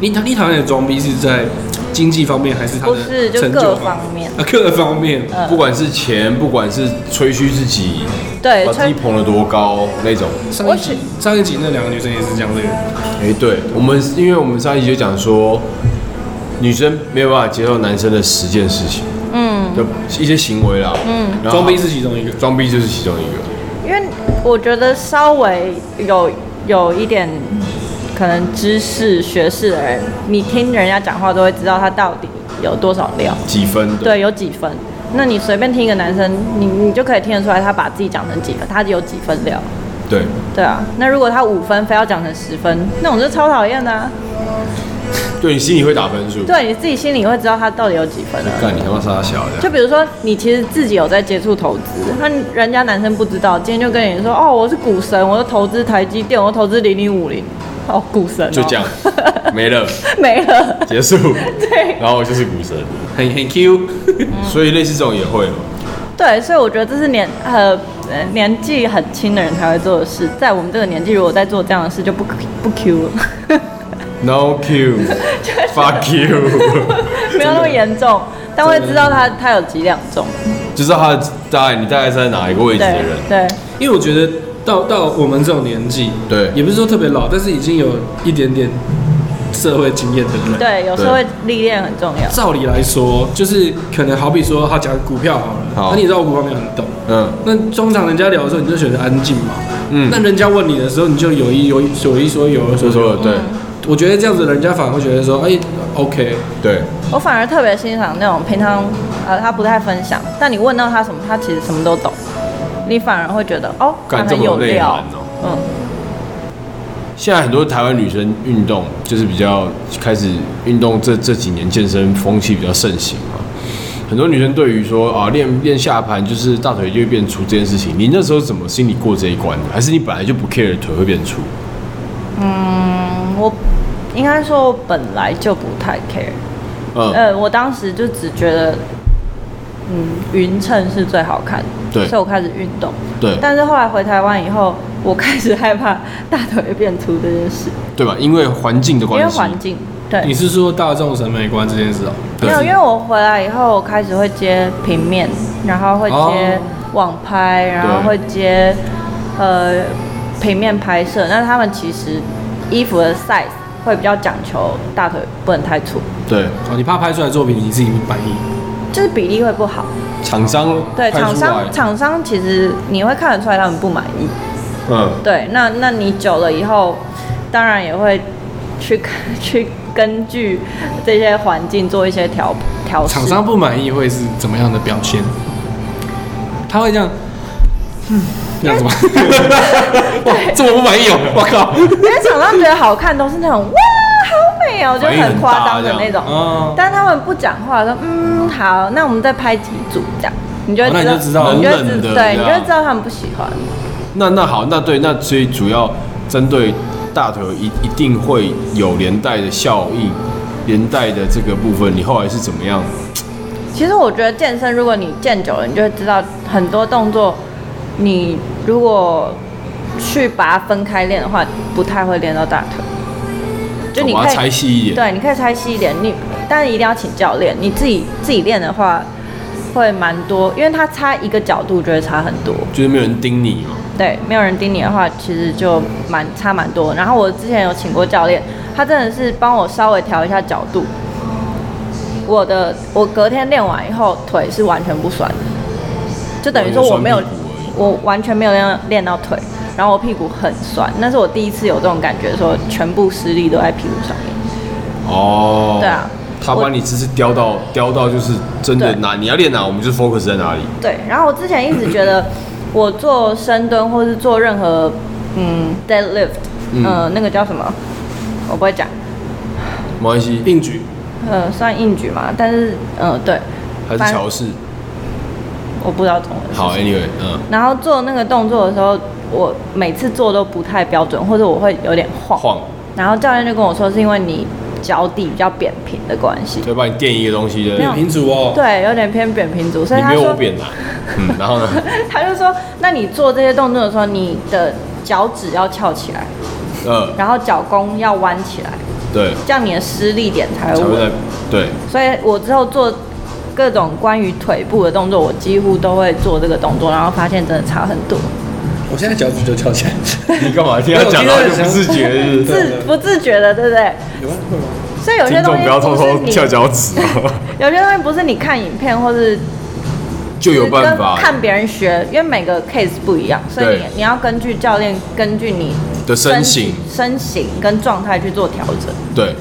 你讨你讨厌的装逼是在经济方面还是他不的是就成就各方面啊，各方面。嗯不管是钱，不管是吹嘘自己，对把自己吹捧得多高那种。上我一只集上一集那两个女生也是讲这个，哎、对我们，因为我们上一集就讲说，女生没有办法接受男生的十件事情，嗯，就一些行为啦，嗯，装逼是其中一个。装逼就是其中一个，因为我觉得稍微有有一点可能知识学识的人，你听人家讲话都会知道他到底有多少料，几分对，有几分。那你随便听一个男生，你你就可以听得出来他把自己讲成几分，他有几分料，对，对啊。那如果他五分非要讲成十分，那种就超讨厌的、啊。对你心里会打分数，对，你自己心里会知道他到底有几分了、啊干你他妈傻小的，就比如说，你其实自己有在接触投资，那人家男生不知道，今天就跟你说，哦，我是股神，我就投资台积电，我就投资零零五零，哦，股神、哦，就这样没了， 没了。结束，对嗯然后我就是股神，很很 Q，所以类似这种也会嘛，对，所以我觉得这是年呃呃年纪很轻的人才会做的事，在我们这个年纪，如果在做这样的事，就不不 Q 了， No Q，fuck you， 没有那么严重，但会知道他他有几两重，就知道他的大概你大概在哪一个位置的对人，对，因为我觉得到到我们这种年纪，对也不是说特别老，但是已经有一点点社会经验的人。对，有时候会历练很重要。照理来说，就是可能好比说，他讲股票好了，好那你知道我股票没有很懂，嗯那通常人家聊的时候，你就选择安静嘛。嗯那人家问你的时候，你就有一有一有一说有，有一就说说有。对嗯我觉得这样子，人家反而会觉得说，哎、o k 对，我反而特别欣赏那种平常呃他不太分享，但你问到他什么，他其实什么都懂，你反而会觉得哦，他干这很么有有内料涵。哦。嗯，现在很多台湾女生运动就是比较开始运动这这几年健身风气比较盛行嘛，很多女生对于说啊练练下盘就是大腿就会变粗这件事情，你那时候怎么心里过这一关的？还是你本来就不 care 腿会变粗？嗯我应该说我本来就不太 care，嗯，呃，我当时就只觉得，嗯，匀称是最好看的，对所以我开始运动。对但是后来回台湾以后，我开始害怕大腿变粗这件事，对吧？因为环境的因为关系，环境，对，你是说大众审美观这件事哦、没有，因为我回来以后，我开始会接平面，然后会接哦网拍，然后会接呃平面拍摄。那他们其实衣服的 size 会比较讲求大腿不能太粗，对哦，你怕拍出来的作品你自己不满意，就是比例会不好。厂商对，派出厂商来厂商其实你会看得出来他们不满意。嗯对，那那你久了以后，当然也会去 看去根据这些环境做一些调调试。啊厂商不满意会是怎么样的表现？他会这 样，嗯，这样子吗？哇，这么不满意哦、我靠！ 因为厂商觉得好看都是那种哇好美哦，就反应很很夸张的大这那样嗯种。哦但他们不讲话，说嗯好，那我们再拍几组这样，你就会哦那你就知知道，道你就冷会冷知的对，这你就样会知道他们不喜欢。那那好，那对，那所以主要针对大腿一一定会有连带的效应，连带的这个部分，你后来是怎么样？其实我觉得健身，如果你健久了，你就会知道很多动作，你如果去把它分开练的话，不太会练到大腿。就你哦我把可它拆以细一点。对，你可以拆细一点，你但一定要请教练。你自己自己练的话，会蛮多，因为它差一个角度就会差很多。就是没有人盯你嘛，对，没有人盯你的话，其实就蛮差蛮多。然后我之前有请过教练，他真的是帮我稍微调一下角度。我的我隔天练完以后，腿是完全不酸的，就等于说我没有我有酸屁股我完全没有练练到腿，然后我屁股很酸，那是我第一次有这种感觉，说全部施力都在屁股上面。哦，对啊他我把你只是雕到雕到，就是真的对哪你要练哪，我们就 focus 在哪里。对，然后我之前一直觉得我做深蹲或是做任何嗯 deadlift，嗯、呃那个叫什么，我不会讲。没关系，硬举，呃，算硬举嘛，但是呃，对，还是反乔氏。我不知道中文。好，anyway，嗯，然后做那个动作的时候，我每次做都不太标准，或者我会有点晃。晃，然后教练就跟我说，是因为你脚底比较扁平的关系，就把你垫一个东西的没，有扁平足哦、对，有点偏扁平足，所以你他没有说我，扁啦。嗯，然后呢？ 他就说，那你做这些动作的时候，你的脚趾要翘起来，呃，然后脚弓要弯起来，对，这样你的施力点才会才会稳在。对，所以我之后做各种关于腿部的动作，我几乎都会做这个动作，然后发现真的差很多，我现在脚趾就翘起来，你干嘛听他讲，没有然后我听就不到自觉是不是？自不自觉的，对不对？有吗？会吗？所以有些啊听东众西不要偷偷不是翘你，脚 趾哦，有些东西不是你看影片或是就有办法跟看别人学，因为每个 case 不一样，所以你对你要根据教练，根据你的身形。身形跟状态去做调整。对，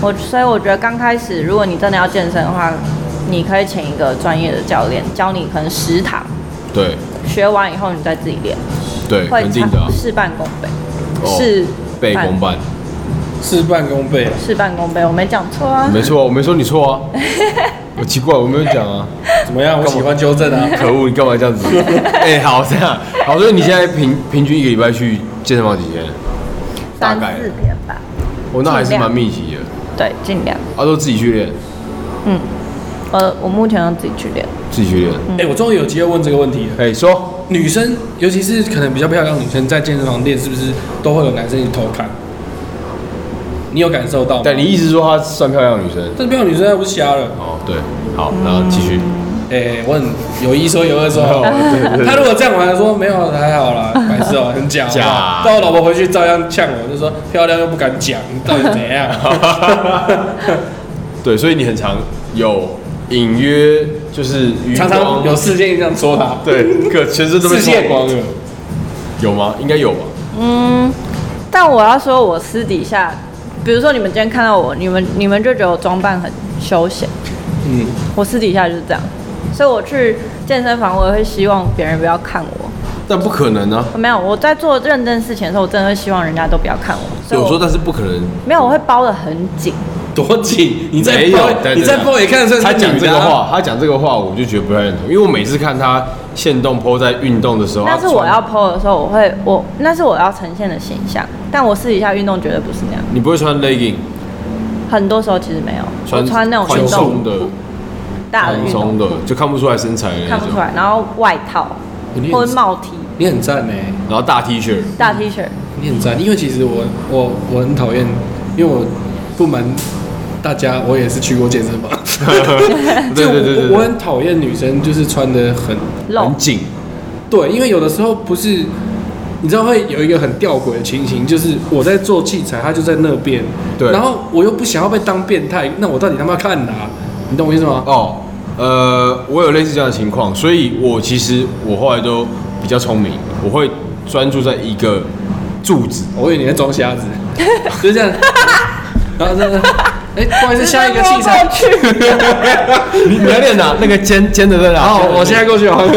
我所以我觉得刚开始，如果你真的要健身的话，你可以请一个专业的教练教你，可能十堂对，学完以后你再自己练。对，会肯定的啊差。事半功倍，哦事背公办，事半功倍啊。事半功倍，我没讲错啊。没错，我没说你错 啊。我奇怪，我没有讲啊。怎么样？我喜欢纠正啊。可恶，你干嘛这样子？ 哎，好这样，好，所以你现在平平均一个礼拜去健身房几天？大三概四，天吧，我那还是尽量蛮密集的。对，尽量。啊，都自己去练，嗯，呃，我目前要自己去练。自己去练。哎、我终于有机会问这个问题了。哎，说，女生，尤其是可能比较漂亮的女生，在健身房练，是不是都会有男生去偷看？你有感受到吗？但你意思说她算漂亮的女生？但是漂亮女生她不是瞎了？哦，对，好，然后继续。诶、哎我很有一说有二 说好。哦对对他如果这样，我还说没有还好 啦，白痴哦、很假。假好不好但我老婆回去照样呛我，就说漂亮又不敢讲，你到底怎 样？嗯对，所以你很常有隐约就是余常常光有事件这样说他， 对，可全身都被视脱线光了，有吗？应该有吧。嗯，但我要说，我私底下，比如说你们今天看到我，你们你们就觉得我装扮很休闲，嗯，我私底下就是这样，所以我去健身房，我也会希望别人不要看我。但不可能啊，哦没有，我在做认真事情的时候，我真的会希望人家都不要看我。所以有我时候但是不可能。没有，我会包的很紧。多紧！你在没有包对，对你在对包也看得出来他是讲女这的个啊，话，他讲这个话，我就觉得不太认同，因为我每次看他现动 PO 在运动的时候，那他是啊穿我要 PO 的时候，我会我那是我要呈现的形象，但我私底下运动绝对不是那样。你不会穿 legging，很多时候其实没有，穿我穿那种宽运松动的、大的宽运松动的，就看不出来身材的那看不种出。来，然后外套你或者帽 T、你很赞呢、欸然后大 T 恤，大 T 恤，你很赞，因为其实我我我很讨厌，因为我不瞒大家，我也是去过健身房。对对对对就我我对，很讨厌女生就是穿的很露很紧，对，因为有的时候不是，你知道会有一个很吊诡的情形，就是我在做器材，他就在那边，对然后我又不想要被当变态，那我到底他妈看哪、你懂我意思吗？哦，呃，我有类似这样的情况，所以我其实我后来都比较聪明，我会专注在一个柱子。我以为你在装瞎子， 就这样，然后这样，哎、不好意思，下一个器材，直接摸过去 你你要练哪？那个尖尖的在哪？好，我现在过去好。没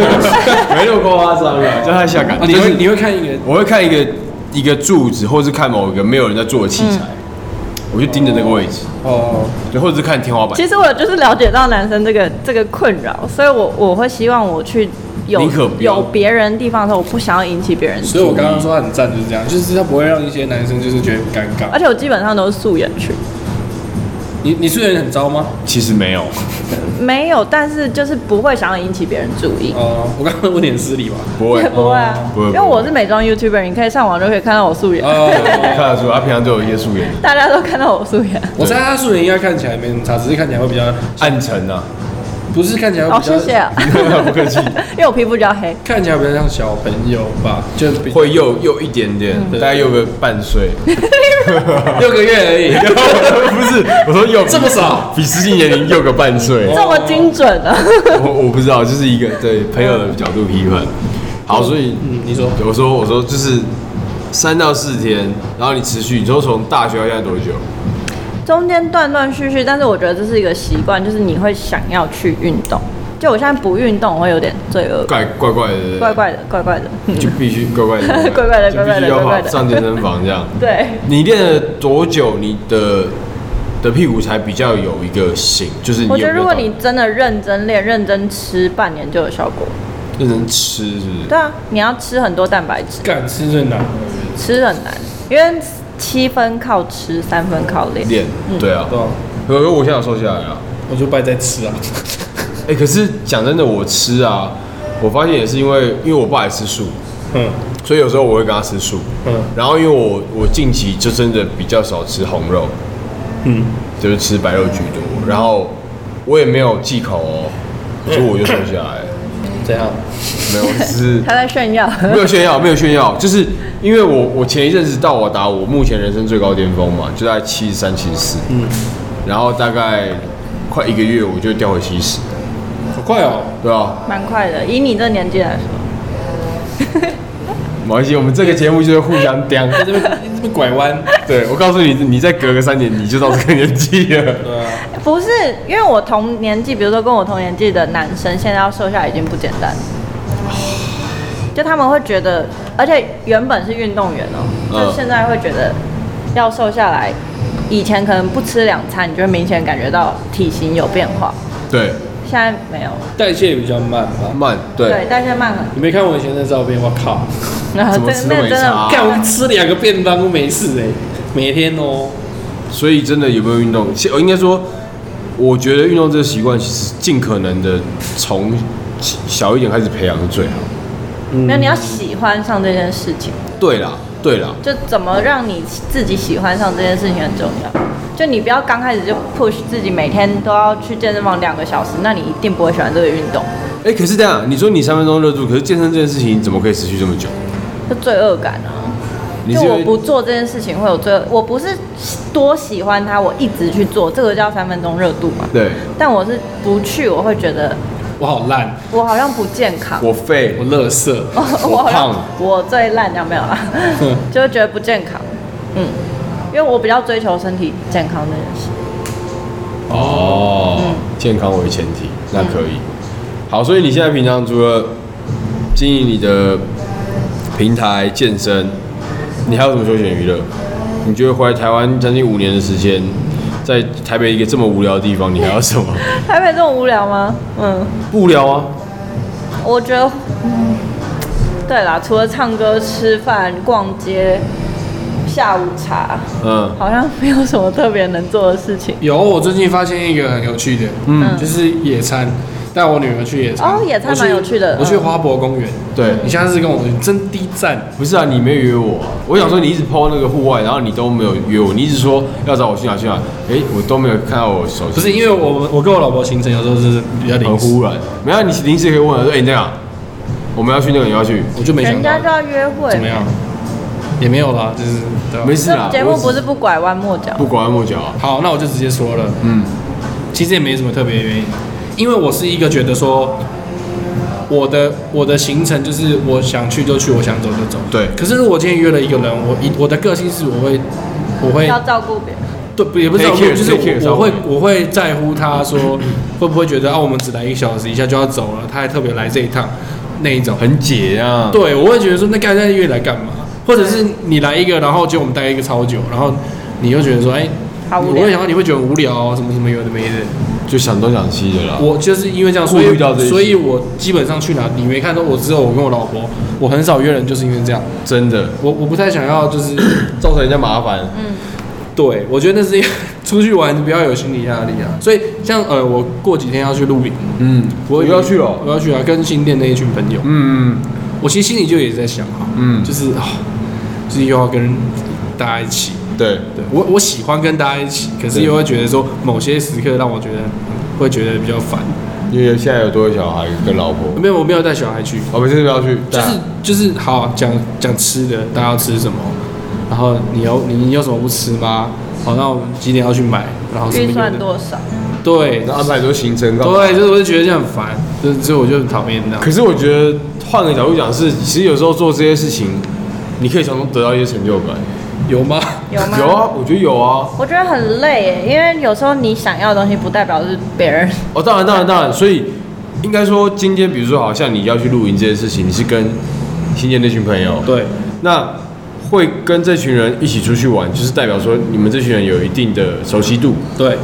那么夸 张了，叫他下岗。啊你就是会你会看一个我会看一个一个柱子，或是看某一个没有人在做的器材，嗯我就盯着那个位置，哦，对，或者是看天花板。其实我就是了解到男生这个这个困扰，所以我我会希望我去有宁可不要有别人地方的时候，我不想要引起别人注意。所以我刚刚说他很赞就是这样，就是他不会让一些男生就是觉得很尴尬。而且我基本上都是素颜去，你你素颜很糟吗？其实没有，没有，但是就是不会想要引起别人注意。。哦，我刚刚问你很失礼吧？不会不会啊，不会因为我是美妆 YouTuber，你可以上网就可以看到我素颜，哦， 看得出啊他平常都有一些素颜，大家都看到我素颜。我猜他素颜应该看起来没什么差，只是看起来会比较，暗沉啊， 不是看起来会哦，比较，谢谢、啊，不客气，因为我皮肤比较黑。哦看起来比较像小朋友吧，就比会幼幼一点点，大概幼个半岁，嗯 六个月而已， 不是，我说幼这么少，比实际年龄幼个 半岁，这么精准啊！ 我我不知道，就是一个对朋友的角度批判。好，所以嗯，你说我说我说就是三到四天，然后你持续，你说从大学到现在多久？中间断断续续，但是我觉得这是一个习惯，就是你会想要去运动。就我现在不运动，我会有点罪恶感，怪怪怪的，怪怪的，怪 怪的。就必须怪怪的， 怪怪的就必须怪怪的要怪怪跑的上健身房这样。对，你练了多久？你的的屁股才比较有一个型，就是你有我没有觉得如果你到真的认真练、认真吃，半年就有效果。认真吃，是不是？对啊，你要吃很多蛋白质，敢吃最难，吃很难，因为七分靠吃，三分靠练。练，对啊对。吧？可是我现在有瘦下来啊。我就败在吃啊， 哎，可是讲真的，我吃啊，我发现也是因为因为我爸也吃素，嗯所以有时候我会跟他吃素。嗯然后因为我我近期就真的比较少吃红肉，嗯，就是吃白肉居多。然后我也没有忌口哦，可是我就瘦下 来了，怎样？没有，只是他在炫 耀，没有炫耀，没有炫耀，就是因为我我前一阵子到我达我目前人生最高巅峰嘛，就在七十三、七十四，嗯，然后大概快一个月我就掉回七十，好快哦，对吧？蛮快的。以你这年纪来说，没关系，我们这个节目就是互 相刁。在这边你这边拐弯， 对，我告诉你，你再隔个三年，你就到这个年纪了。对啊，不是因为我同年纪，比如说跟我同年纪的男生，现在要瘦下来已经不简单了。就他们会觉得，而且原本是运动员哦、嗯就现在会觉得要瘦下来，以前可能不吃两餐，你就会明显感觉到体型有变化，对，现在没有，代谢比较慢吧。慢，对，对，代谢慢很你没看我以前的照片，我靠， 然后怎么这吃都那没真的差啊看我吃两个便当都没事哎、每天哦、所以真的有没有运动？其呃我应该说，我觉得运动这个习惯，其实尽可能的从小一点开始培养是最好。嗯没有，你要喜欢上这件事情。对啦，对啦，就怎么让你自己喜欢上这件事情很重要。就你不要刚开始就 push 自己每天都要去健身房两个小时，那你一定不会喜欢这个运动，哎、可是这样，你说你三分钟热度，可是健身这件事情怎么可以持续这么久？就罪恶感啊。你就是因我为不做这件事情会有罪恶，我不是多喜欢它，我一直去做，这个叫三分钟热度嘛。对，但我是不去，我会觉得我好烂，我好像不健康，我废我，乐 色，我好像胖我最烂，有没 有啊？就会觉得不健康，嗯，因为我比较追求身体健康这件事。哦，健康为前提，那可以。好，所以你现在平常除了经营你的平台健身，你还有什么休闲娱乐？你觉得回来台湾将近五年的时间，在台北一个这么无聊的地方，你还有什么？台北这么无聊吗？嗯， 不无聊啊，我觉得，嗯，对啦，除了唱歌、吃饭、逛街、下午茶，嗯，好像没有什么特别能做的事情。有，我最近发现一个很有趣的，嗯，就是野餐，带我女儿去野餐。哦野餐我去蛮有趣的我去嗯花博公园。对你下次跟我真低赞，不是啊，你没约我啊、我想说你一直 PO 那个户外，然后你都没有约我，你一直说要找我去哪去哪，哎、我都没有看到我手机，不是因为我我跟我老婆行程有时候是比较很临时，忽然，没有、啊、你临时可以问我说，哎、你在哪？我们要去那个，你要去，我就没想人到家就要约会，怎么样，也没有啦，就是对吧没事这啊。节目我只不是不拐弯抹角，不拐弯抹角啊，好，那我就直接说了，嗯，其实也没什么特别的原因，因为我是一个觉得说，我的我的行程就是我想去就去，我想走就走。对可是如果我今天约了一个人，我一我的个性是我会我会要照顾别人。对，不也不是 Take 照顾， care，就是 take care，我我会照我会在乎他说会不会觉得啊，我们只来一个小时，一下就要走了，他还特别来这一趟那一种。很解啊。对，我会觉得说，那干脆约来干嘛？或者是你来一个，然后结果我们待一个超久，然后你又觉得说，哎、好无我聊会想到你会觉得很无聊、哦，什么什么有的没的。就想东想西的啦。我就是因为这样，所顾以虑到这些所以我基本上去哪，你没看到我，只有我跟我老婆，我很少约人，就是因为这样。真的我我不太想要， 就是造成人家麻烦，对我觉得那是一个 出去玩不要有心理压力啊。所以像呃，我过几天要去露营，嗯，我要去哦，我要去啊，跟新店那一群朋友。嗯我其实心里就也在想啊，嗯就是啊、就是又要跟大家一起。对，对我我喜欢跟大家一起，可是又会觉得说某些时刻让我觉得会觉得比较烦。因为现在有多个小孩跟老婆，没有，我没有带小孩去，我们是不要去，就是就是好讲讲吃的，大家要吃什么，然后你有你你有什么不吃吗？好，那我们几点要去买？然后什么预算有的多少？对然后安排很多行程，干嘛对，就是我就觉得这样很烦，所以所以我就很讨厌这样。可是我觉得换个角度讲是，其实有时候做这些事情，你可以从中得到一些成就感。有吗？有 吗？有啊，我觉得有啊。我觉得很累耶，因为有时候你想要的东西不代表是别人。哦，当然，当然，当然。所以应该说，今天比如说，好像你要去露营这件事情，你是跟新建那群朋友，对，那会跟这群人一起出去玩，就是代表说你们这群人有一定的熟悉度，对，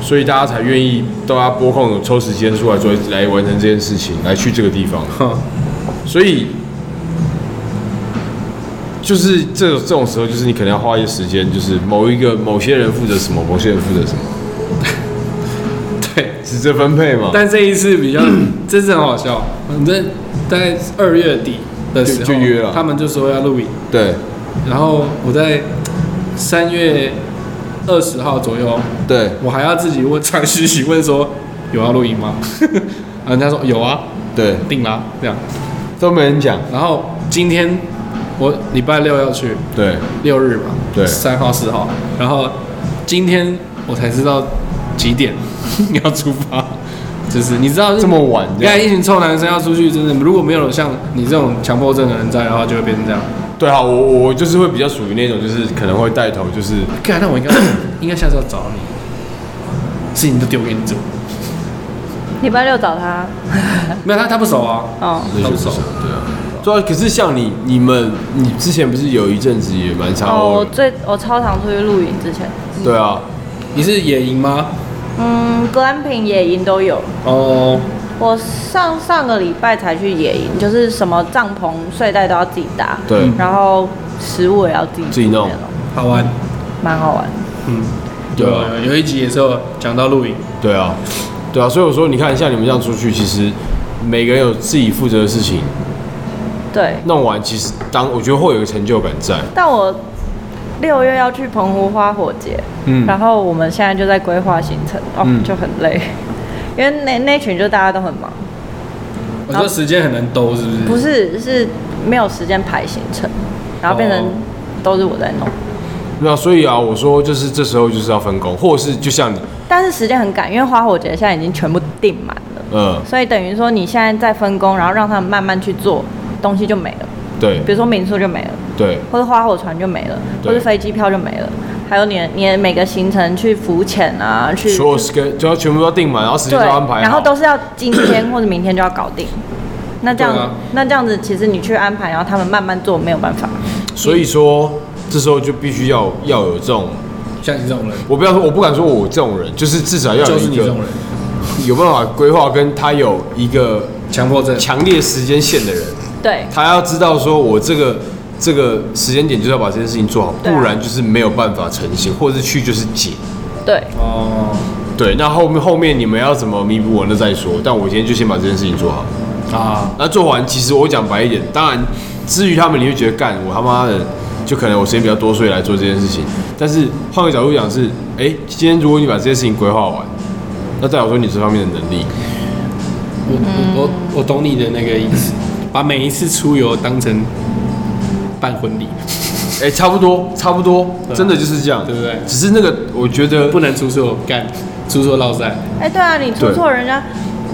所以大家才愿意大家拨空抽时间出来做来完成这件事情，来去这个地方。哼，所以就是这这种时候，就是你可能要花一些时间，就是某一个某些人负责什么，某些人负责什么，对。职责分配嘛。但这一次 比较，这次很好笑。反正在二月底的时候，就就约了他们就说要露营，对然后我在三月二十号左右，对我还要自己问长期询问说有要录影吗？ 啊，人家说有啊，对，定啦、这样。都没人讲。然后今天我礼拜六要去，对，六日嘛，对三号四号，然后今天我才知道几点 你要出发，就是你知道这么晚这你样看一群臭男生要出去，真的如果没有像你这种强迫症的人在的话，就会变成这样。对啊，我我我就是会比较属于那种，就是可能会带头，就是看，那我 应该应该下次要找你，事情都丢给你做，礼拜六找他，没有他他不熟啊，哦，他不熟。对啊。对啊，可是像你、你们、你之前不是有一阵子也蛮常哦，偶我尔最我超常出去露营之前，对啊，你是野营吗？嗯，glamping 野营都有。哦、我上上个礼拜才去野营，就是什么帐篷、睡袋都要自己搭，对然后食物也要自己自己弄煮那种好玩。蛮好玩。嗯，对啊有有一集也是有讲到露营，对啊，对啊，所以我说，你看像你们这样出去，其实每个人有自己负责的事情，对，弄完其实当我觉得会有一个成就感在。但我六月要去澎湖花火节，嗯然后我们现在就在规划行程，哦，嗯就很累， 因为那那群就大家都很忙，我觉得时间很难兜，是不嗯是？不是是没有时间排行程，然后变成哦都是我在弄，那所以啊，我说就是这时候就是要分工，或者是就像你，但是时间很赶，因为花火节现在已经全部订满了，嗯，所以等于说你现在在分工，然后让他们慢慢去做，东西就没了，对比如说民宿就没了。对，或者花火船就没了，对或者飞机票就没了，还有你的你的每个行程去浮潜啊，去所有 s c h 就要全部都要定满，然后时间对，都要安排好然后都是要今天或者明天就要搞 定。那这样，对啊那这样子，其实你去安排，然后他们慢慢做，没有办法。所以说这时候就必须要要有这种，像你这种人，我不要说我不敢说我这种人，就是至少要有就是你一这个种人，有办法规划，跟他有一个强迫症。强烈时间线的人，对，他要知道说我这个这个时间点就是要把这件事情做好，对啊不然就是没有办法成型，或者是去就是解。对，哦，对，那后面后面你们要怎么弥补我那再说，但我今天就先把这件事情做好。啊，那做完，其实我讲白一点，当然，至于他们，你会觉得干我他妈的，就可能我时间比较多，所以来做这件事情。但是换个角度讲是，哎、今天如果你把这些事情规划完，那代表说你这方面的能力，我我我我懂你的那个意思，把每一次出游当成办婚礼，哎、差不多，差不多，对啊真的就是这样，对不对只是那个，我觉得不能出错，干出错落赛，哎、对啊，你出对错人家，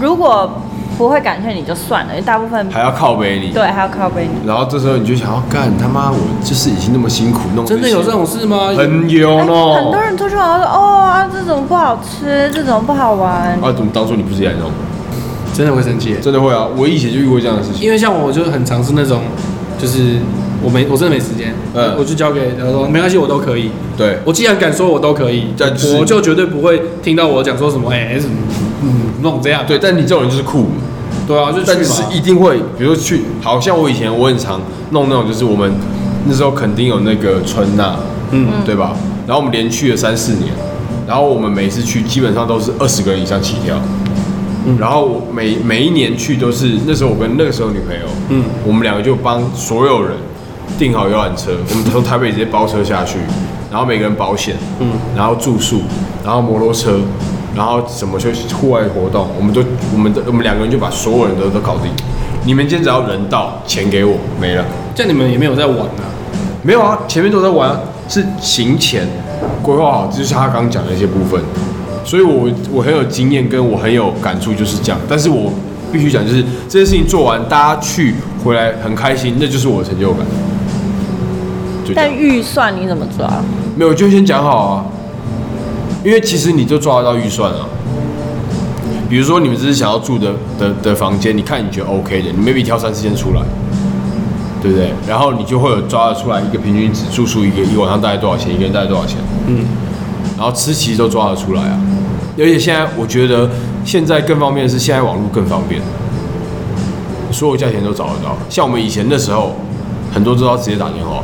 如果不会感谢你就算了，因为大部分还要靠背你。对还要靠背你。然后这时候你就想要干他妈，我就是已经那么辛苦弄，真的有这种事吗？很有哎呢。很多人出去玩说哦啊，这种不好吃，这种不好玩。啊，怎么当初你不是也来弄？真的会生气耶，真的会啊，我以前就遇过这样的事情。因为像我就很尝试那种，就是我没我真的没时间，嗯我就交给他说没关系，我都可以。对，我既然敢说我都可以但是，我就绝对不会听到我讲说什么哎、什么嗯弄这样，对，但你这种人就是酷，对啊，就但去是嘛一。定会，比如说去，好像我以前我很常弄那种，就是我们那时候肯定有那个春娜，嗯对吧？然后我们连续了三四年，然后我们每次去基本上都是二十个人以上起跳，然后我每每一年去都是那时候我跟那个时候女朋友，嗯我们两个就帮所有人订好游览车， 我们从台北直接包车下去，然后每个人保险，嗯，然后住宿，然后摩托车，然后什么休息户外活动，我们都我们的我们两个人就把所有人都都搞定。你们今天只要人到，钱给我没了，这样你们也没有在玩啊，没有啊，前面都在玩、啊，是行前规划好，这就是他刚刚讲的一些部分。所以我我很有经验，跟我很有感触，就是这样。但是我必须讲，就是这件事情做完，大家去回来很开心，那就是我的成就感。就这样但预算你怎么抓？没有就先讲好啊，因为其实你就抓得到预算啊。比如说你们只是想要住的的的房间，你看你觉得 OK 的，你 maybe 挑三四间出来，对不对？然后你就会有抓得出来一个平均值，住宿一个一晚上大概多少钱，一个人大概多少钱，嗯，然后吃其实都抓得出来啊。而且现在我觉得现在更方便的是现在网络更方便，所有价钱都找得到。像我们以前那时候，很多都要直接打电话，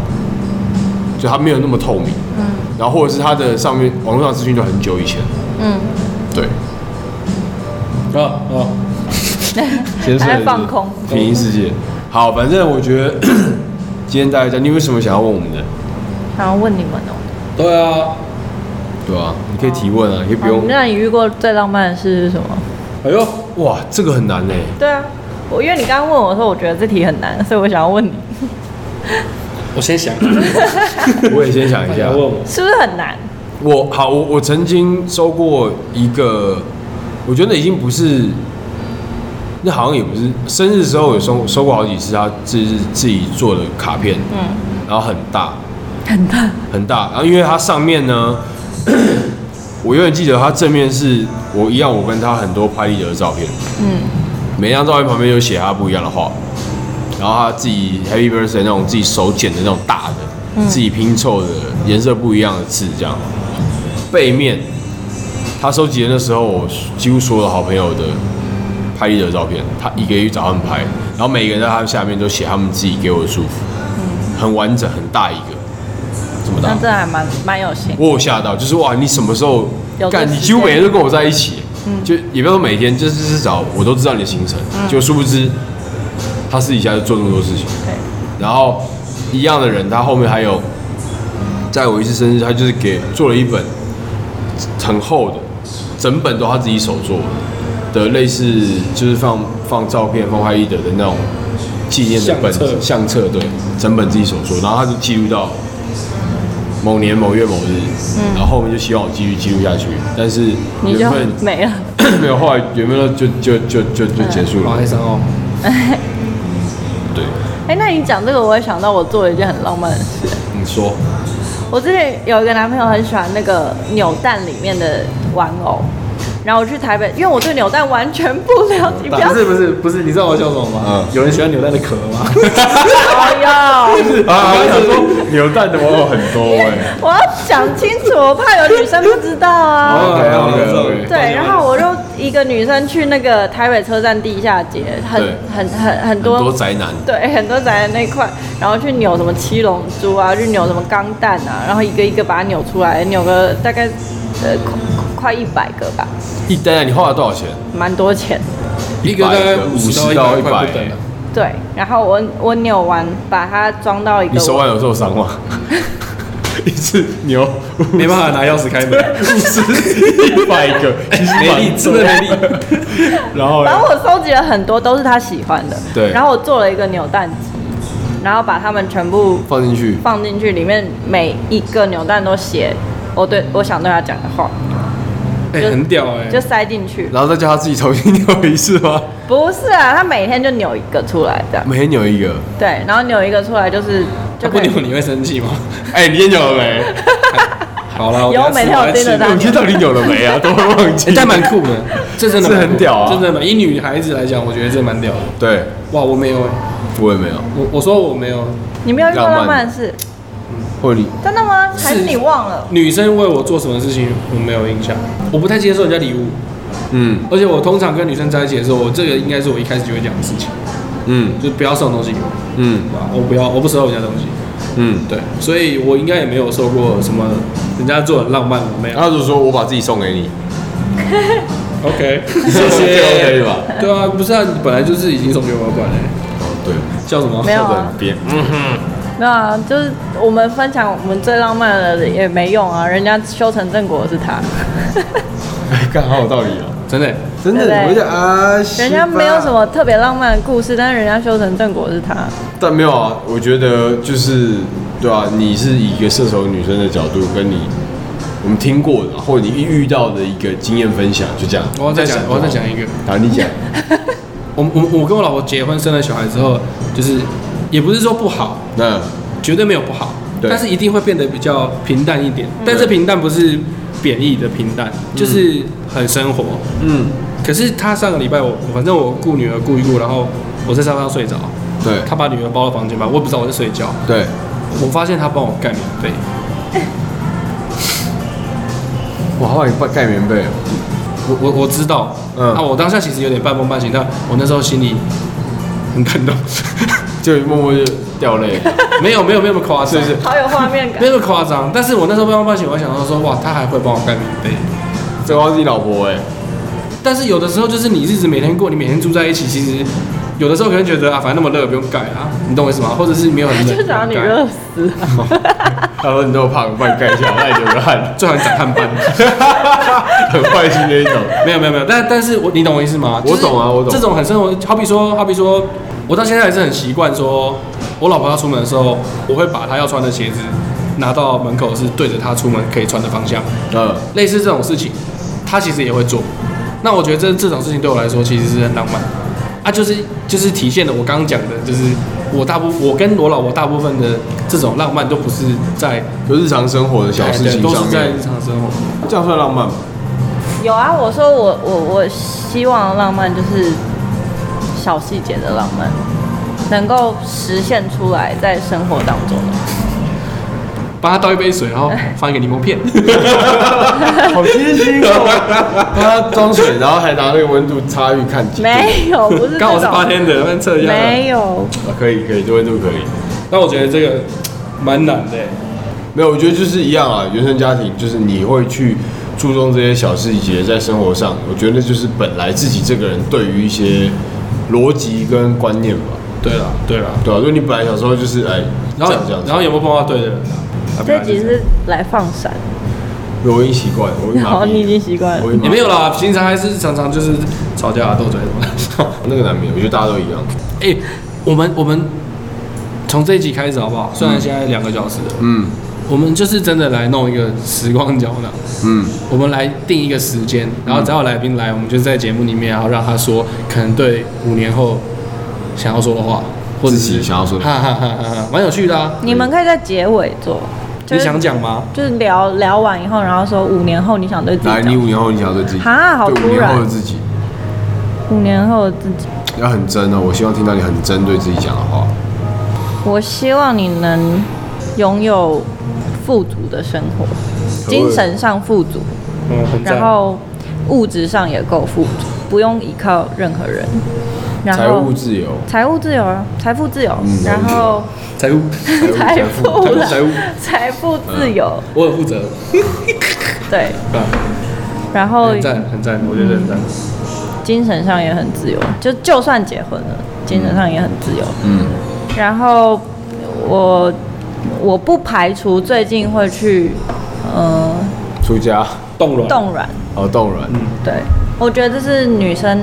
就它没有那么透明。嗯。然后或者是它的上面网络上资讯都很久以前。嗯，对。啊啊。先还在放空平行世界。好，反正我觉得 今天大家，你有什么想要问我们的？想要问你们哦、对啊，对啊，你可以提问啊，也不好用。那你遇过最浪漫的事是什么？哎呦，哇，这个很难呢。对啊，我因为你刚刚问我说，我觉得这题很难， 所以我想要问你，我先想我也先 想一一下下，。问我，是不是很难？我好，我我曾经收过一个，我觉得已经不是，那好像也不是生日时候有收收过好几次他自己自己做的卡片，嗯，然后很大很大。很大，然后因为它上面呢，我永远记得它正面是我一样，我跟他很多拍立得的照片，嗯，每张照片旁边有写他不一样的话，然后他自己 Happy Birthday 那种自己手剪的那种大的，嗯自己拼凑的颜色不一样的字，这样。背面他收集的那时候我几乎所有的好朋友的拍立得照片，他一个一个找他们拍，然后每个人在他们下面都写他们自己给我的祝福，很完整，很大一个，这么嗯那大。这还蛮蛮有型。我有吓到，就是哇，你什么时候有干？这你时几乎间嗯每天都跟我在一起，就也不要说每天，就是至少我都知道你的行程，就殊不知他私底下就做这么多事情。对，然后一样的人，他后面还有，在我一次生日，他就是给做了一本很厚的，整本都他自己手做的，的类似就是放放照片、放拍立得的那种纪念的本相册相册，对，整本自己手做，然后他就记录到某年某月某日，然后后面就希望我继续记录下去，但是嗯你缘就分 没嗯了。 没有，后来缘分就就就就就结束好了，哀伤哦。对，哎、那你讲这个，我也想到我做了一件很浪漫的事。你说，我之前有一个男朋友很喜欢那个扭蛋里面的玩偶，然后我去台北，因为我对扭蛋完全不了解，你不要啊不是不是不是，你知道我笑什么吗？嗯有人喜欢扭蛋的壳吗？哎呦，啊，我想说扭蛋的网友很多哎、我要讲清楚，我怕有女生不知 道啊。哦哦 OK，OK，OK 对，然后我就一个女生去那个台北车站地下街，很对很很很很多多宅男，对很多宅的那块，然后去扭什么七龙珠啊，去扭什么钢弹啊，然后一个一个把它扭出来，扭个大概呃快快一百个吧，一单啊你花了多少钱？蛮多钱。一个大概50 50到到100 100块不等啊对，然后我我扭完，把它装到一个你手腕有受伤吗？ 一次扭没办法拿钥匙开门。五十一百 个，其实没力，真的没力。然后反正我收集了很多都是他喜欢的，对然后我做了一个扭蛋机，然后把它们全部放进去，放进去，里面每一个扭蛋都写我对我想对他讲的话，哎、很屌哎、就塞进去。然后再叫他自己重新扭一次吗？不是啊，他每天就扭一个出来这样，每天扭一个。对，然后扭一个出来就是他就不可以扭。你会生气吗？ 哎，你也扭了没？好啦，我等有下每天吃我完再盯着吃他 我今天到底扭了没啊？都会忘 记哎。但蛮酷的，这真的蛮这很酷屌啊这真的蛮以女孩子来讲，我觉得这蛮屌的。对，哇，我没有哎、我也没有。我我说我没有，你没有遇过浪漫浪漫的事，或你真的吗？还是是你忘了？女生为我做什么事情我没有印象，我不太接受人家礼物，嗯而且我通常跟女生在一起的时候，我这个应该是我一开始就会讲的事情，嗯就是不要送东西给我，嗯对吧我不要，我不收人家东西，嗯，对，所以我应该也没有收过什么人家做很浪漫的没有然后就说我把自己送给你， ，OK，这谢个 OK 谢，吧？对啊，不是啊，本来就是已经送给我管嘞，哦，对，叫什么？没有笑啊得很憋。嗯没有啊，就是我们分享我们最浪漫的也没用啊，人家修成正果的 是他，哎，干好有道理啊！真的，真对不对你会讲啊，人西吧家没有什，么特别浪漫的故事，但是人家修成正果是 他。但没有啊。我觉得就是对啊，你是以一个射手女生的角度，跟你我们听过的或者你遇到的一个经验分享，就这样。我要再讲想，我要再讲一个。好，你讲。我我我跟我老婆结婚生了小孩之后，就是也不是说不好，那绝对没有不好，对但是一定会变得比较平淡一点。但这平淡不是贬义的平淡，就是很生活。嗯，可是她上个礼拜我我反正我顾女儿顾一顾，然后我在沙发上睡着，对她把女儿抱到房间吧，我也不知道我在睡觉，对，我发现她帮我盖棉被，哇，好想盖棉被哦。我我我知道，嗯啊，我当下其实有点半梦半醒，但我那时候心里很感 动，就默默就掉 泪，没有没有没有那么夸张，是不是？好有画 面感没。有那么夸张，但是我那时候半梦半醒，我还想到说，哇，他还会帮我盖棉被。这光是你老婆哎，但是有的时候就是你日子每天过，你每天住在一起，其实有的时候可能觉得啊，反正那么热，不用盖啊， 你懂我意思吗？或者是没有很冷，就想要你不用盖热死啊！她说你都胖，帮你盖一下，那你流汗，最好你长汗斑。很坏心那一种。没有没有没有，但但是我你懂我意思吗？我就是懂啊我懂这种很生活，好比说，好比说，我到现在还是很习惯说，我老婆要出门的时候，我会把她要穿的鞋子拿到门口，是对着她出门可以穿的方向。嗯，类似这种事情，他其实也会做。那我觉得这这种事情对我来说其实是很浪漫啊，就是就是体现了我刚刚讲的，就是我大部我跟罗老我大部分的这种浪漫都不是在哎就日常生活的小事情都上是在面日，常生活。这样算浪漫吗？有啊，我说我我我希望的浪漫就是小细节的浪漫，能够实现出来在生活当中的。帮他倒一杯水，然后放一个柠檬 片，好贴心哦！他装水，然后还拿那个温度差预看几度没 有，不是这刚好是八种。天的，慢慢测一下。没有，啊，可以可以，这温度可以。那我觉得这个蛮难的欸，没有，我觉得就是一样啊。原生家庭就是你会去注重这些小细节，在生活上，我觉得就是本来自己这个人对于一些逻辑跟观念吧。对了，对了，对啊，如果你本来小时候就是哎，然后这样这样，然后有没有碰到对的人啊？啊这集是来放闪，我已经习惯，我已经麻好，痹你已经习惯了我已。经也没有啦，平常还是常常就是吵架、啊、斗嘴什么的。那个难免，我觉得大家都一样。哎、我们我们从这一集开始好不好？虽然现在两个小时了，嗯我们就是真的来弄一个时光胶囊，嗯，我们来定一个时间，然后只要来宾来，我们就在节目里面，然后让他说可能对五年后想要说的话，或者自己是想要说的哈哈哈哈哈，蛮有趣的啊。你们可以在结尾做，就你是想讲吗？就是聊聊完以后，然后说五年后你想对自己来，讲你五年后你想要对自己，哈好对五突年然后的自己五年后的自己，要很真哦。我希望听到你很真对自己讲的话。我希望你能拥有富足的生活，精神上富足，嗯，很赞然后物质上也够富足，不用依靠任何人。然财后务自由，财务自由啊，财富自由，嗯然后财务， 财富啦财务，财富自由，我很负责嗯对，啊，然后哎很赞很赞，我觉得很赞。精神上也很自由，就就算结婚了，精神上也很自由。嗯，然后我我不排除最近会去，嗯、出家动了，冻卵。哦，动人，嗯对，我觉得这是女生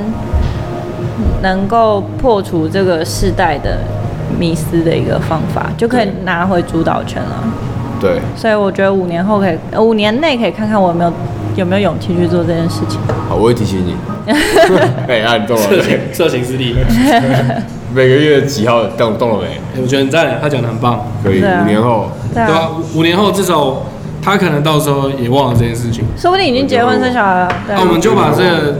能够破除这个世代的迷思的一个方法，就可以拿回主导权了。对，所以我觉得五年后可以，呃五年内可以看看我有没有有没有勇气去做这件事情。好，我会提 醒你。哎，啊，你动了色没？ 情色情之力，每个月几号动动了没？哎我觉得很赞，他讲的很棒。可以，对啊五年后，对对啊，啊，五五年后至少他可能到时候也忘了这件事情，说不定已经结婚生小孩了。对啊哦那我们就把这个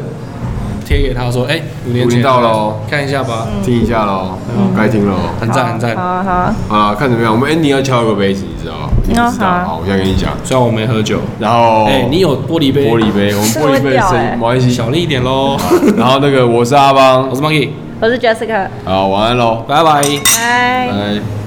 贴给他说，哎，五年五前年到了哦，看一下吧，听一下喽，嗯该听了哦。很赞很嗯好赞。啊好啊，好啦，看怎么样，我们 ending 要敲一个杯子，你知道吗？你不知好道，啊好，我现在跟你讲。虽然我没喝酒，然后，哎，你有玻璃杯，哦玻璃杯，我们这玻璃杯会的掉声哎音没关系。小力一点 喽。然后那个我是阿邦我，是 Monkey，我是 Jessica，好，晚安喽，拜拜。拜。拜。